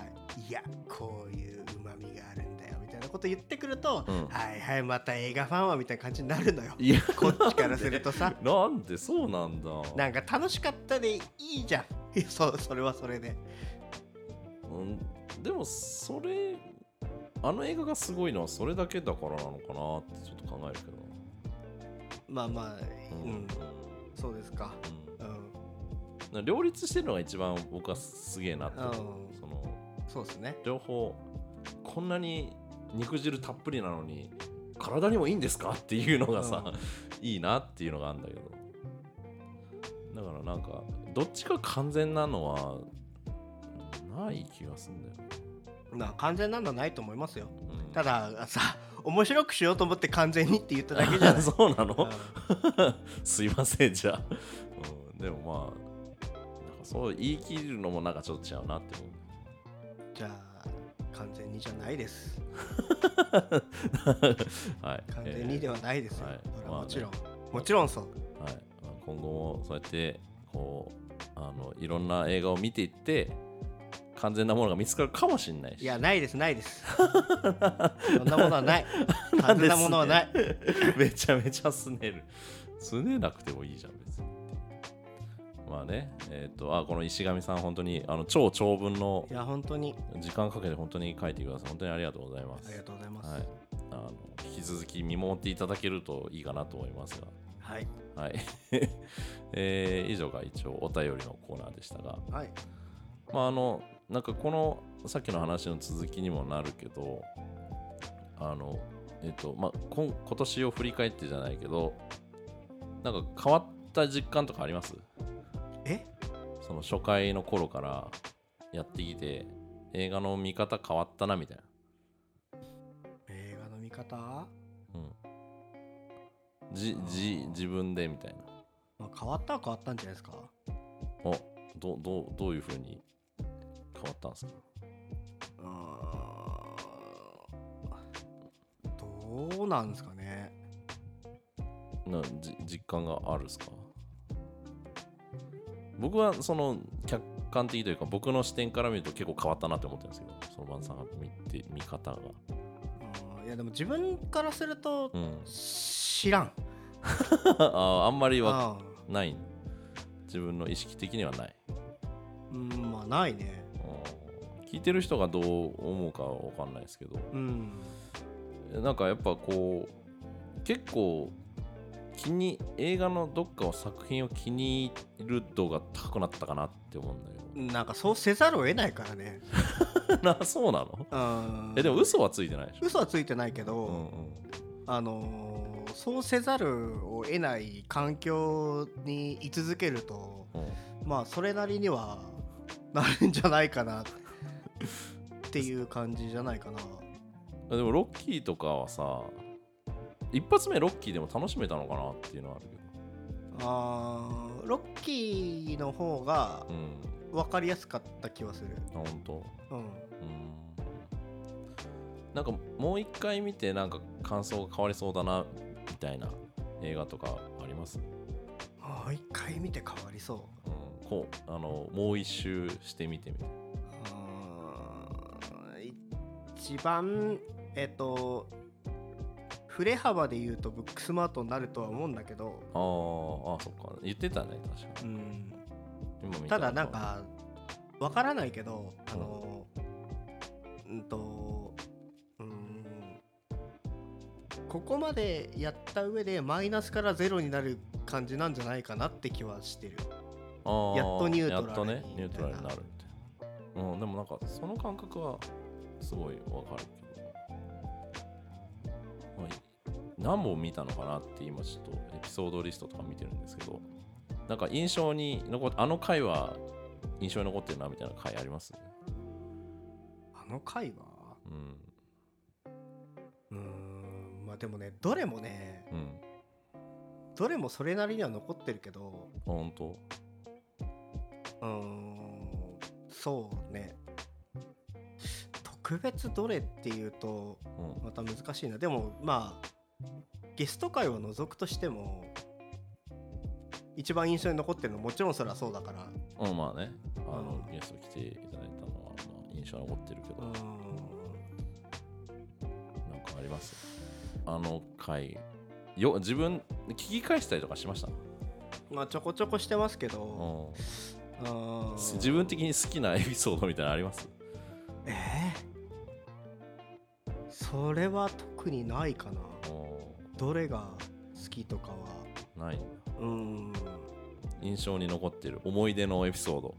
いやこういううまみがあるんだよみたいなこと言ってくると、うんはいはいまた映画ファンはみたいな感じになるのよいやこっちからするとさなんでそうなんだなんか楽しかったでいいじゃんそうそれはそれでうん、でもそれあの映画がすごいのはそれだけだからなのかなってちょっと考えるけどまあまあなうん、そうですかうんうんな両立してるのが一番僕はすげえなって思う、うんそのそうですね両方こんなに肉汁たっぷりなのに体にもいいんですかっていうのがさ、ういいなっていうのがあるんだけどだからなんかどっちか完全なのはない気がするんだよね、な完全なのはないと思いますようんたださ面白くしようと思って完全にって言っただけじゃない そうなの、うすいませんじゃあ、うん、でもまあなんかそう言い切るのもなんかちょっと違うなってんじゃあ完全にじゃないです思うはい完全にではないですよ、えーはいそれまはあねもちろん、もちろんそうえーはい、まあ今後もそうやってこうあのいろんな映画を見ていって完全なものが見つかるかもしれないしいやないですないです そんなものはない完全なものはないんで拗ねる めちゃめちゃすねるすねなくてもいいじゃん別にまあねえっ、とあこの石上さん本当にあの超長文のいや本当に時間かけて本当に書いてください。本当にありがとうございます。ありがとうございますはい、あの引き続き見守っていただけるといいかなと思いますはいが。はい えー以上が一応お便りのコーナーでしたが、はいまあ、あのなんかこのさっきの話の続きにもなるけどあの、えっとまあ、こん今年を振り返ってじゃないけどなんか変わった実感とかありますえその初回の頃からやってきて映画の見方変わったなみたいな。映画の見方、まうん、じあーじ自分でみたいなあ、変わったは変わったんじゃないですかおどどうどういうふうに変わったんですかうーんどうなんですかねなじ実感があるですか僕はその客観的というか僕の視点から見ると結構変わったなって思ってるんですけどその晩さんが見て見方が、うんいやでも自分からするとうん 知らんあーあんまりはあない自分の意識的にはないうんまあないねうん聞いてる人がどう思うかは分かんないですけどうんなんかやっぱこう結構気に映画のどっかを作品を気に入る度が高くなったかなって思うんだなんかそうせざるを得ないからねけど なそうなのうんえでも嘘はついてないでしょ嘘はついてないけど、うんうんあのーそうせざるを得ない環境に居続けるとうんまあそれなりにはなるんじゃないかなっていう感じじゃないかなでもロッキーとかはさ一発目ロッキーでも楽しめたのかなっていうのはあるけどあーロッキーの方がうん分かりやすかった気はするあ本当うんうんなんかもう一回見てなんか感想が変わりそうだなみたいな映画とかありますもう一回見て変わりそうんこうあのもう一周してみてみたいなうあー一番えっ、と振れ幅で言うとブックスマートになるとは思うんだけど、あーあそっか言ってたね確かうん、に今見たらだなんかわからないけどあのうんとうんここまでやった上でマイナスからゼロになる感じなんじゃないかなって気はしてるあーやっとニュートやラルにっとねみたいなニュートラルになるみたいな、うん、でもなんかその感覚はすごいわかるけど、まあい何本見たのかなって今ちょっとエピソードリストとか見てるんですけどなんか印象に残っあの回は印象に残ってるなみたいな回ありますあの回はうんうんまあでもねどれもねうんどれもそれなりには残ってるけどあ本当うんそうね特別どれっていうとうんまた難しいなでもまあゲスト会を除くとしても一番印象に残ってるのもちろんそれはそうだからうん、まあね、あの、うんゲスト来ていただいたのは、まあ、印象に残ってるけど、うなんんかありますあの回、よ自分、聞き返したりとかしました、まあちょこちょこしてますけうど、ん、うん自分的に好きなエピソードみたいなのありますえーそれは特にないかなうどれが好きとかはんないうん印象に残ってる思い出のエピソード。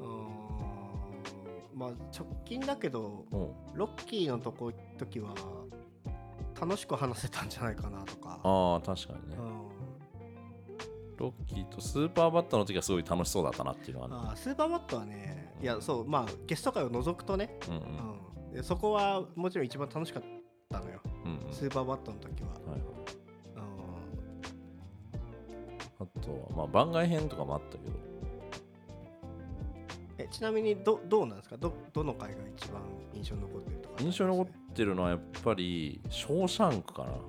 うんまあ直近だけどうん、ロッキーのとこ時は楽しく話せたんじゃないかなとかああ、確かにね。うんロッキーとスーパーバッターの時はすごい楽しそうだったなっていうのはね。あースーパーバットはねうんいやそうまあゲスト会を除くとね、うんううんんでそこはもちろん一番楽しかったのよ、うんうんスーパーバットの時は、はいはいうんあとは、まあ、番外編とかもあったけど、えちなみにどどうなんですかどどの回が一番印象に残ってるとか印象に残ってるのはやっぱり「ショーシャンク」かな「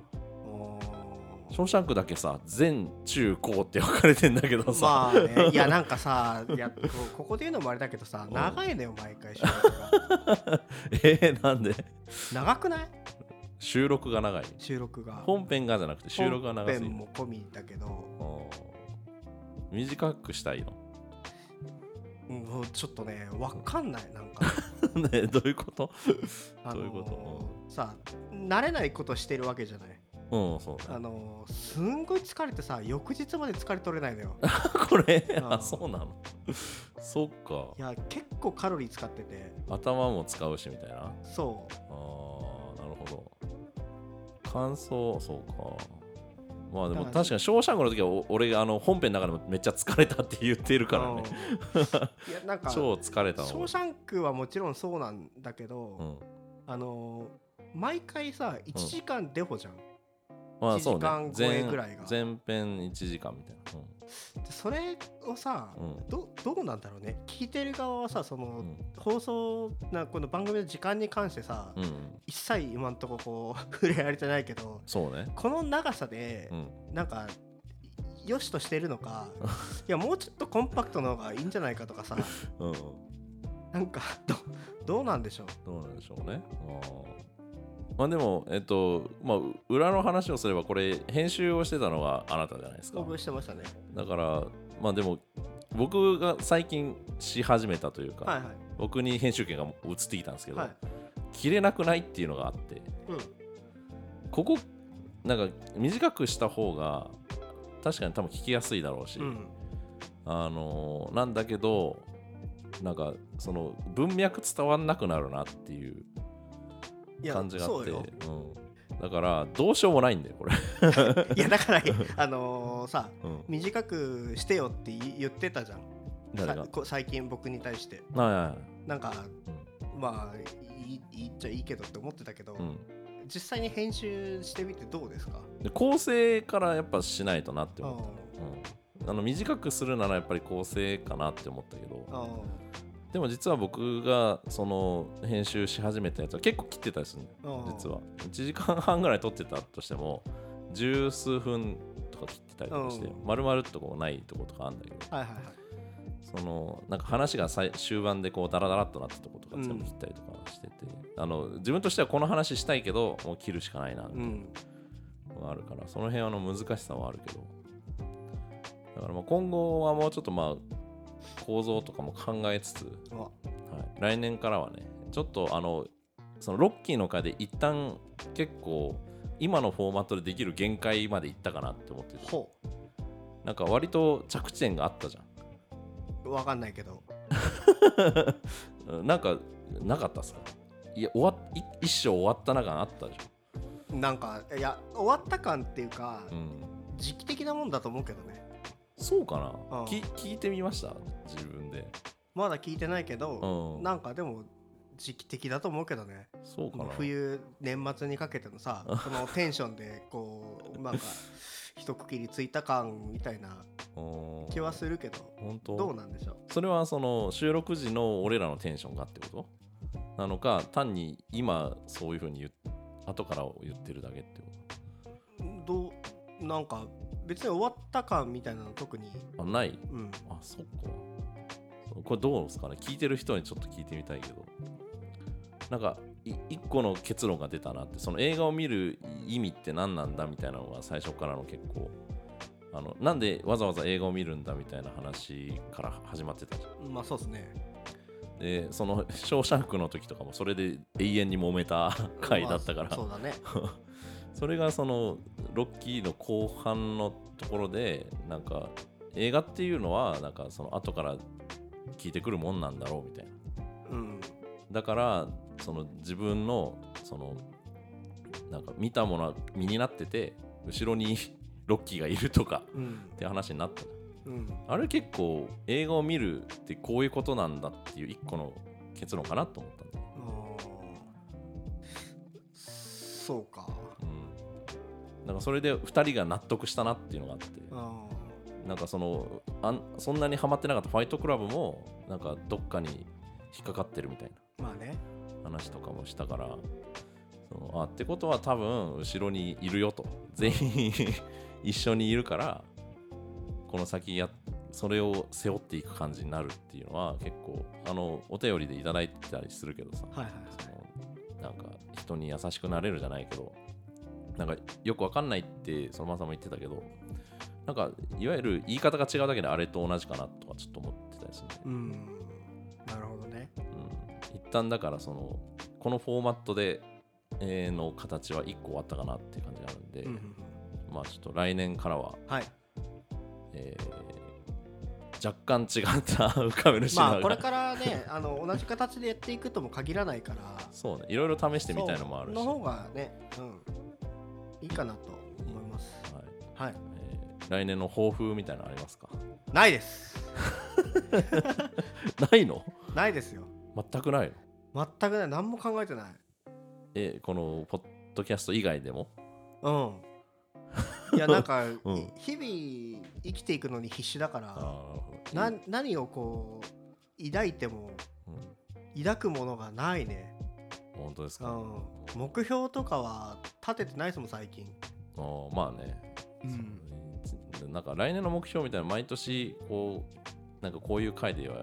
ショーシャンク」だけさ全中高って分かれてんだけどおーさ、まあね、いやなんかさいやこここで言うのもあれだけどさうん長いのよ毎回収録が えー、なんで長くない収録が長い収録が本編がじゃなくて収録が長す本ぎる編も込みだけど、うん短くした いのうん、もうちょっとね分かんない なんかねどういうことあどういのうこさ慣れないことしてるわけじゃないうんそうねあのすんごい疲れてさ翌日まで疲れ取れな いのよこれああそうなの そっかいや結構カロリー使ってて頭も使うしみたいなそあーなるほど感想そうかまあでも確だからかに「ショーシャンク」の時はお俺あの本編の中でもめっちゃ疲れたって言ってるうからねうんいやなんか「ショ超疲れたのーシャンク」はもちろんそうなんだけど、うん、あの毎回さ1時間デフォじゃん、まあそうね1時間超えぐらいが前前編1時間みたいなでそれをさ、うんうんどどうなんだろうね聞いてる側はさその、うん放送なこの番組の時間に関してさ、うんうん一切今んとここう 触れられてないけどそうねこの長さで、うんなんかよしとしてる のかいやもうちょっとコンパクトの方がいいんじゃないかとかさうんうんなんかどどうなんでしょうどうなんでしょうねあーまあでもえっとまあう裏の話をすればこれ編集をしてたのがあなたじゃないですか興奮してましたねだからまあでも僕が最近し始めたというか、はいはい僕に編集権が移ってきたんですけど、はい切れなくないっていうのがあってうんここなんか短くした方が確かに多分聞きやすいだろうし、うんあのーなんだけどなんかその文脈伝わんなくなるなっていういや感じがあっそうてようんだからどうしようもないんだよこれ、いやだから あのーさうん短くしてよって言言ってたじゃん 誰がさこ最近僕に対してはいはなんかまあいい言っちゃいいけどって思ってたけど、いうん実際に編集してみてどうですかで構成からやっぱしないとなってあ思ってうん、あの短くするならやっぱり構成かなって思ったけどああでも実は僕がその編集し始めたやつは結構切ってたりするのあ実は1時間半ぐらい撮ってたとしても十数分とか切ってたりとかしてうん丸々とこないとことかあるんだけどはいはいはいそのなんか話が最終盤でこうダラダラっとなったとことか全部切ったりとか、しててあの自分としてはこの話したいけどもう切るしかないなみたいなうんのがあるからその辺あの難しさはあるけどだからまあ今後はもうちょっとまあ構造とかも考えつつ、はうわい、来年からはねちょっとあのそのロッキーの回で一旦結構今のフォーマットでできる限界までいったかなって思っててほなんか割と着地点があったじゃんうわかんないけどうんなんかなかったっすかいや終わっい一生終わったな感あったでしなんかいや終わった感っていうかょ、うん、時期的なもんだと思うけどねそうかな、うんき聞いてみました自分で、まだ聞いてないけうど、ん、なんかでも時期的だと思うけどねそうかな冬年末にかけてのさそのテンションでこう なんか一区切りついた感みたいなうん気はするけど本当どうなんでしょうそれはその収録時の俺らのテンションがってことなのか単に今そういうふうに言っ後から言ってるだけってこどうなんか別に終わった感みたいなの特に、とあないうん、あそっかそうこれどうですかね聞いてる人にちょっと聞いてみたいけどなんかい一個の結論が出たなってその映画を見る意味って何なんだみたいなのが最初からの結構あのなんでわざわざ映画を見るんだみたいな話から始まってたじゃんまあそうですねでその「ショーシャンク」の時とかもそれで永遠に揉め た回だったから、まあそうだねそれがそのロッキーの後半のところでなんか映画っていうのはなんかその後から聞いてくるもんなんだろうみたいなうんだからその自分のそのなんか見たものは身になってて後ろに ロッキーがいるとかうんって話になったうんあれ結構映画を見るってこういうことなんだっていう一個の結論かなと思ったんだよあーそうかうん、なんかそれで2人が納得したなっていうのがあってあなんかそのあんそんなにハマってなかった「ファイトクラブ」もなんかどっかに引っかかってるみたいーまあねな話とかもしたからそのあってことは多分後ろにいるよと全員一緒にいるからこの先やそれを背負っていく感じになるっていうのは結構あのお便りでいただいてたりするけどさはいはいそのなんか人に優しくなれるじゃないけどなんかよくわかんないってそのまさんも言ってたけどなんかいわゆる言い方が違うだけであれと同じかなとかちょっと思ってたりするね、うんなるほどねうん、一旦だからそのこのフォーマットで、えーの形は1個終わったかなっていう感じがあるんで、うんうんまあちょっと来年からは、はいえー若干違った浮かべるシナまリあオこれが、から ねあの同じ形でやっていくとも限らないからそうねいろいろ試してみたいのもあるし、そうの方はがねうんいいかなと思いますいはいえー来年の抱負みたいなのありますか ないですないのないですよ全くないの全くない何も考えてないえこのポッドキャスト以外でもうんいやなんか、うんい日々生きていくのに必死だからあーなる何をこう抱いてもほどうん抱くものがないね、本当ですうか、ん、目標とかは立ててないですもん最近あーまあね、うんそうなんか来年の目標みたいな毎年こうなんかこういう回では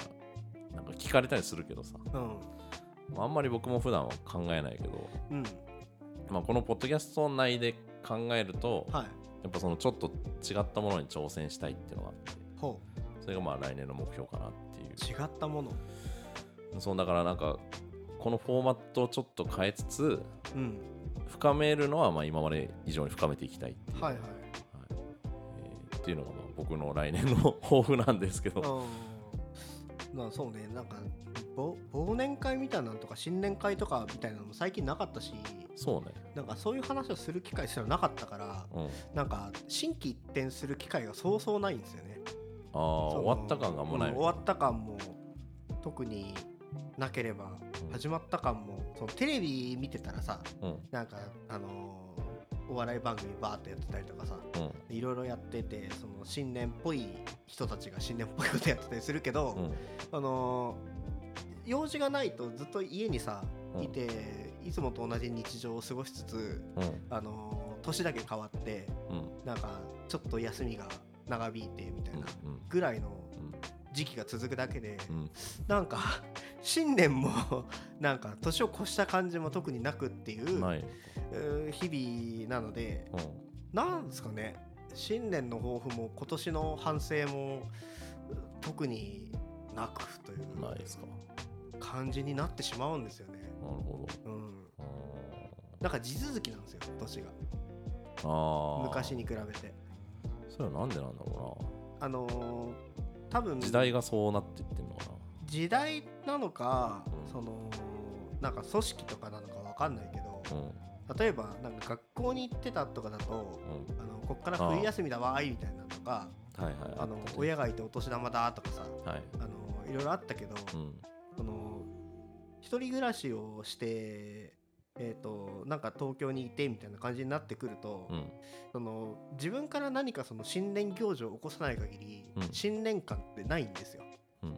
なんか聞かれたりするけどさうんまああんまり僕も普段は考えないけど、うんまあ、このポッドキャスト内で考えると、はいやっぱそのちょっと違ったものに挑戦したいっていうのがあってほうそれがまあ来年の目標かなっていう違ったものそうだからなんかこのフォーマットをちょっと変えつつうん深めるのはまあ今まで以上に深めていきたいっていう,ははいい、はいえーっていうのがまあ僕の来年の抱負なんですけど、うんまあそうねなんかぼ忘年会みたいなのとか新年会とかみたいなのも最近なかったしそうね、なんかそういう話をする機会すらなかったからうん、あなんか心機一転する機会がそうそうないんですよねあその終わった感があんまない、うん終わった感も特になければうん始まった感もそのテレビ見てたらさうんなんかあのーお笑い番組バーってやってたりとかさうんいろいろやっててその新年っぽい人たちが新年っぽいことやってたりするけど、うんあのー用事がないとずっと家にさうんいて、いつもと同じ日常を過ごしつつ、うんあのー年だけ変わってうんなんかちょっと休みが長引いてみたいなうんぐらいの時期が続くだけで、うんなんか新年も なんか年を越した感じも特になくっていう、ない、うー日々なのでうなんですかね新年の抱負も今年の反省も特になくといん、ないうですかな感じになってしまうんですよね。るほうん、どなんか地続きなんですよ年うがんああ昔に比べて。それはなんでなんだろあのー多分うな時代がそうなっていってんのか時代なのかうんそのなんか組織とかなのかわかんないけどな例えばなんか学校に行ってたとかだとうんうんあのこっから冬休みだわーいみたいなのとかはいはいあのったね親がいてお年玉だとかさはいあのいろいろあったけど、うんその一人暮らしをして、えー、となんか東京にいてみたいな感じになってくると、うんその自分から何かその新年行事を起こさない限り、うん新年感ってないんですようん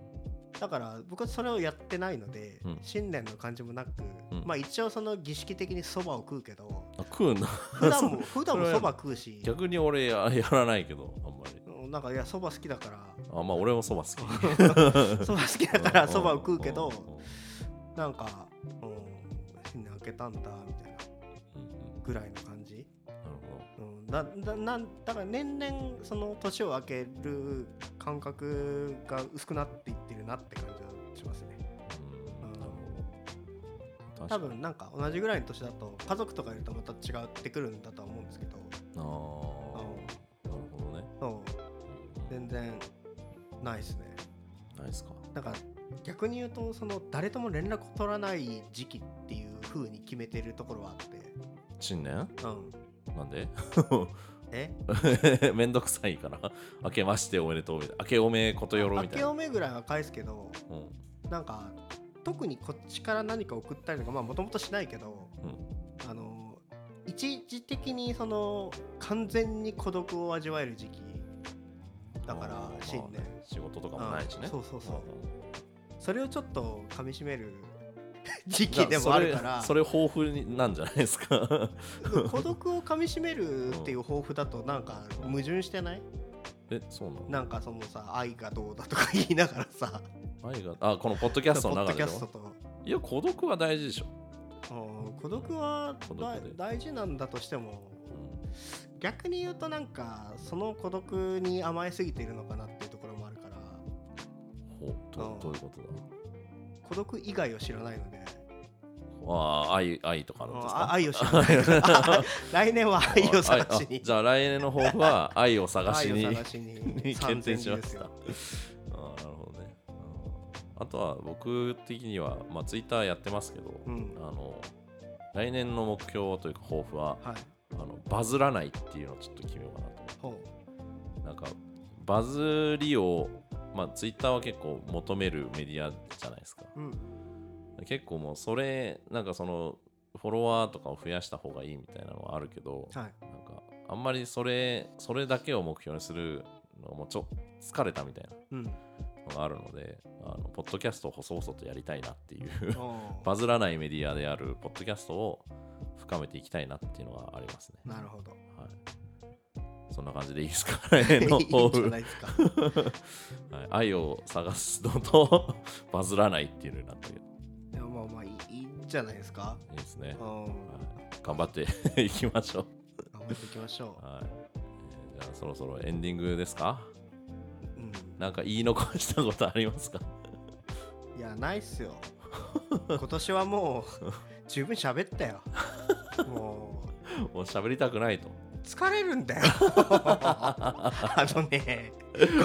だから僕はそれをやってないので、うん新年の感じもなく、うんまあ一応その儀式的にそばを食うけど あ食うな普段も普段もそば食うし逆に俺ややらないけどあんまりうんなんかいやそば好きだから あまあ俺もそば好きそば好きだからそばを食うけどうんうんなんか、うん、新年明けたんだみたいなうんぐらいの感じ、なるほどうん、だだなんだから年々その年を明ける感覚が薄くなっていってるなって感じはしますねうんなるほど多確かに分なんか同じぐらいの年だと家族とかいるとまた違ってくるんだとは思うんですけどあああのなるほどねそう全然ないですねないですかなんか逆に言うとその誰とも連絡を取らない時期っていう風に決めてるところはあって新年うんなんで えめんどくさいから明けましておめでとうみたいな明けおめことよろ明みたいけなおめぐらいは返すけどうんなんか特にこっちから何か送ったりとかまあもともとしないけど、あの一時的にその完全に孤独を味わえる時期だかまあらまあ新年、ね仕事とかもないしねうんそうそうそうんそれをちょっと噛みしめ る時じゃ期でもあるからそれそれ豊富になんじゃないですか 孤独を噛みしめるっていう抱負だとなんか矛盾してない、えそうなのなんかそのさ愛がどうだとか言いながらさ愛があこのポッドキャストのポッド中キャでスしトょといや孤独は大事でしょ、うん孤独は孤独だで大事なんだとしてもうん逆に言うとなんかその孤独に甘えすぎているのかなっていうところもあるからほどうんどういうことだ孤独以外を知らないのでああ愛愛とかのことですあか愛を知らない から来年は愛を探しああにじゃあ来年の抱負 は愛を探し愛にを探しに検定しま参戦でしすた。あよーなるほどね。うんあとは僕的には、まあ、ツイッターやってますけど、うんあの来年の目標というか抱負ははいあのバズらないっていうのをちょっと決めようかなと思っほてなんかバズりを、まあ、ツイッターは結構求めるメディアじゃないですかううん結構もうそれなんかそのフォロワーとかを増やした方がいいみたいなのはあるけど、はいなんかあんまりそれそれだけを目標にするのもちょっと疲れたみたい うんなのがあるのであのポッドキャストを細々とやりたいなっていう おーバズらないメディアであるポッドキャストを深めていきたいなっていうのがありますね、なるほ どはい、そんな感じでいいですか 例の いいんじゃ抱負ないですかはい愛を探すのと バズらないっていうのになったけどいやまあまあいいいいんじゃないですかいいですねう、んはい、頑張っていきましょ頑張っていきましょう、はいえーじゃあそろそろエンディングですかううんなんか言い残したことありますかいやないっすよ今年はもう十分喋った よもうもう喋りたくないと。疲れるんだよ あのね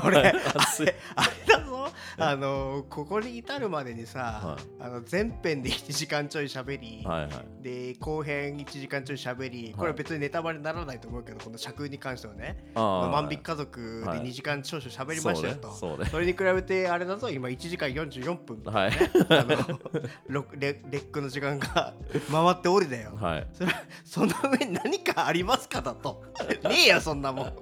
これ熱い。あれだぞあのここに至るまでにさ、はあの前編で1時間ちょい喋り、はいはい。で後編1時間ちょい喋りこれは別にネタバレにならないと思うけど、この尺に関してはね「あ万引き家族」ではい2時間少々喋りましたよと、そうね。そうねそれに比べてあれだぞ今1時間44分 はい。あのロレレックの時間が 回っておりだよ、はい。それその上に何かありますかだとねえよそんなもん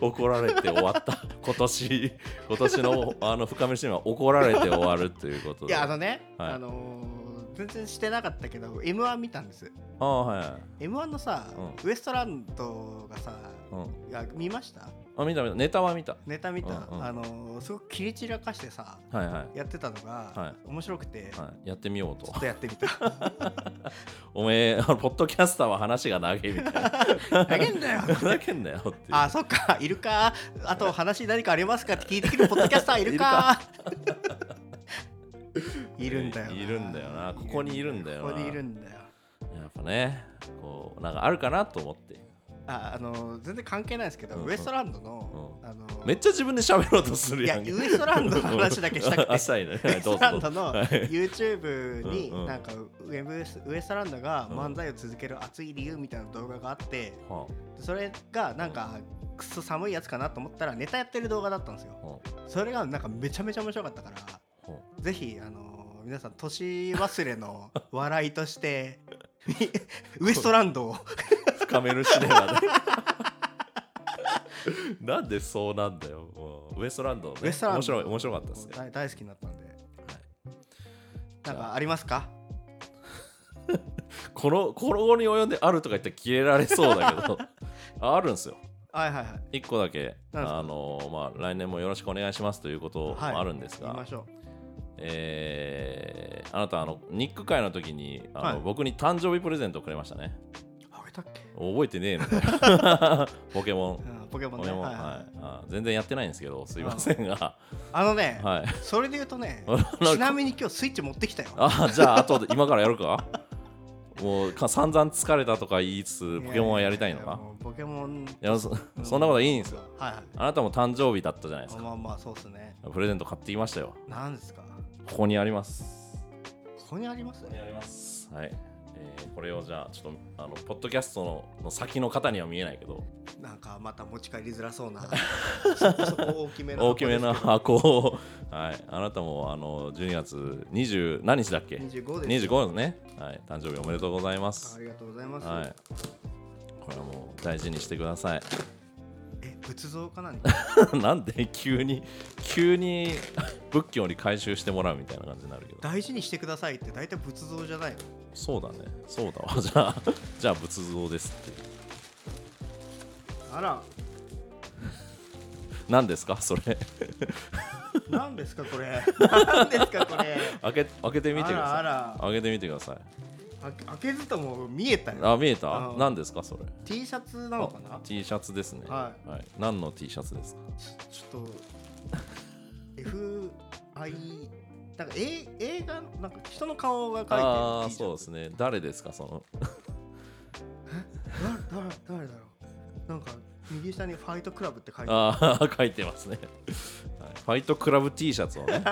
怒られて終わった。今年、今年のあの深めシーンは怒られて終わるということいで。やああのね、はいあのー全然してなかったけど m 1見たんですあ、はい。 m 1のさ、うウエストランドがさうん。いや見ましたあ見た見たネタは見たネタ見た、うんうんあのすごく切り散らかしてさはいはやってたのが、は面白くて、い、はい、やってみようちとょっとやっ てみたおめえあのポッドキャスターは話が長いみたい な投げんだよふざけんなよっていうあそっかいるかあと話何かありますかって聞いてくるポッドキャスターいるか いるんだよないるんだよなここにいるんだよなここにいるんだよやっぱねこうなんかあるかなと思ってああの全然関係ないですけど、うんうんウエストランドの、うあのめっちゃ自分で喋ろうとすいるややウんエストランドの話だけしたくてあしたいねウはエいスどトうぞラどンうぞドのはい YouTube うんうんになんかウエブスウエストランドがうん漫才を続ける熱い理由みたいな動画があってはそれがなんかくそ寒いやつかなと思ったらネタやってる動画だったんですよあはそれがなんかめちゃめちゃ面白かったからあはぜひあの皆さん年忘れの笑いとして ウエストランドをあ深めるシネマでなんでそうなんだよもうウエストランドねウエストランド面白い面白かったですね、大大好きになったんではいなんかありますかこのこの後に及んであるとか言ったら消えられそうだけどああるんですよはいはいはい一個だけなんですかあの、まあ、来年もよろしくお願いしますということもはいあるんです言が、いましょえーあなたあのニック会の時にあの、はい僕に誕生日プレゼントをくれましたねうあげたっけ、覚えてねえのかよ ポケモンうん、ポケモポンケね、モン、はいははいあ全然やってないんですけどすいませんが、い、あのね、はいそれで言う とねあちなみに今日スイッチ持ってきたよあじゃああと今からやるかもうか散々疲れたとか言いつつポケモンはやりたいのややかもうポケモいンやそそんなこといいんですよはいはいあなたも誕生日だったじゃないですあかまあまあそうっすねプレゼント買ってきましたよなんですかここにありますここにありますありますはい、えーこれをじゃあちょっとあのポッドキャストのの先の方には見えないけどなんかまた持ち帰りづらそう なそこそこ大きめの大きめな箱箱を、はい、あなたもあの12月20何日だっけですけど25です25ですね、はい、誕生日おめでとうございまあす、りがとうございます、はい、これはもう大事にしてください え仏像か何なんで急に急に 仏教に回収してもらうみたいな感じになるけど大事にしてくださいって大体仏像じゃないのそうだねそうだわ じゃあじゃあ仏像ですってあら何ですかそれ 何ですかこれ何ですかこれ開け開けてみてくださいあらあら開けてみてくださいあ開けずとも見えたよあ見えたうん何ですかそれ T シャツなのかなあ T シャツですね、はい何の T シャツですかちょっと FI なんかえ映画なんか人の顔が書いてるああ T シャツそうですね誰ですかそのだ誰誰だろうなんか右下にファイトクラブって書いてあるああ書いてますね、はい、ファイトクラブ T シャツをね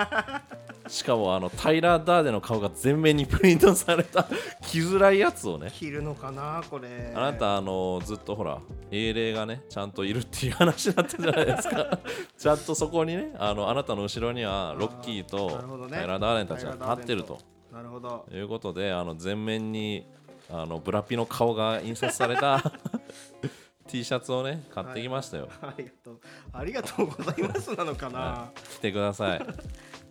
しかもあのタイラー・ダーデの顔が全面にプリントされた着づらいやつをね着るのかなこれあなたあのずっとほら英霊がねちゃんといるっていう話だったじゃないですか ちゃんとそこにねあのあなたの後ろにはロッキーあーなるほとどねタイラー・ダーデンたちが立ってるとなるほどということであの全面にあのブラピの顔が印刷され た T シャツをね買ってきましたよ、ありがとうありがとうございますなのかなは来てください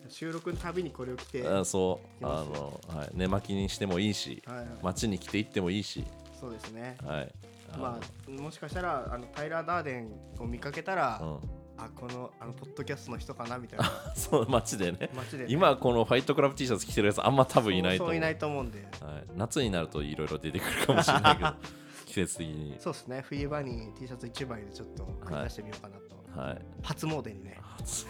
収録のたびにこれを着てはあそう来あますの、はい、寝巻きにしてもいいしいはい街に着て行ってもいいし、そうですねはいあのまあもしかしたらあのタイラー・ダーデンを見かけたら、うん、 あこのあのポッドキャストの人かなみたいなそう街でね街でね今このファイトクラブ T シャツ着てるやつあんま多分いないと思そうそうういないと思うんではい、夏になるといろいろ出てくるかもしれないけ ど季節的に、そうですね冬場に T シャツ1枚でちょっと繰り出してみようかなと、はい、初詣にね初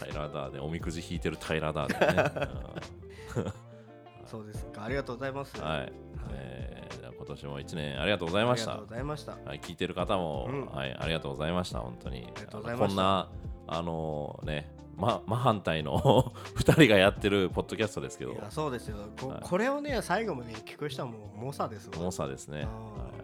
タイラーダーでおみくじ引いてるタイラーダーでね、う んそうですかありがとうございます、はい、えーじゃあ今年も1年ありがとうございましありたがとう。ございましたはい、聞いてる方も、うんはい、ありがとうございました、本当に。りがとあうござのこいまんしたな、あのね、ま、真反対の 2人がやってるポッドキャストですけどい、やそうですよこ,、はいこれをね最後まで聞く人はもう猛者ですわ重さですね、あはい。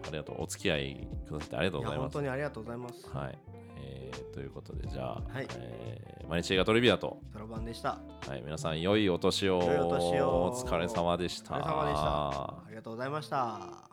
ありがとう、お付き合いくださってありがとういごやざい本ます当。にありがとうございますはい、えーということで、じゃあ、はいえーマニチ映画トリビアと、そろばんでしたはい、皆さん、良いお年を、良いお年をお疲れ様でした。お疲れ様でしたありがとうございました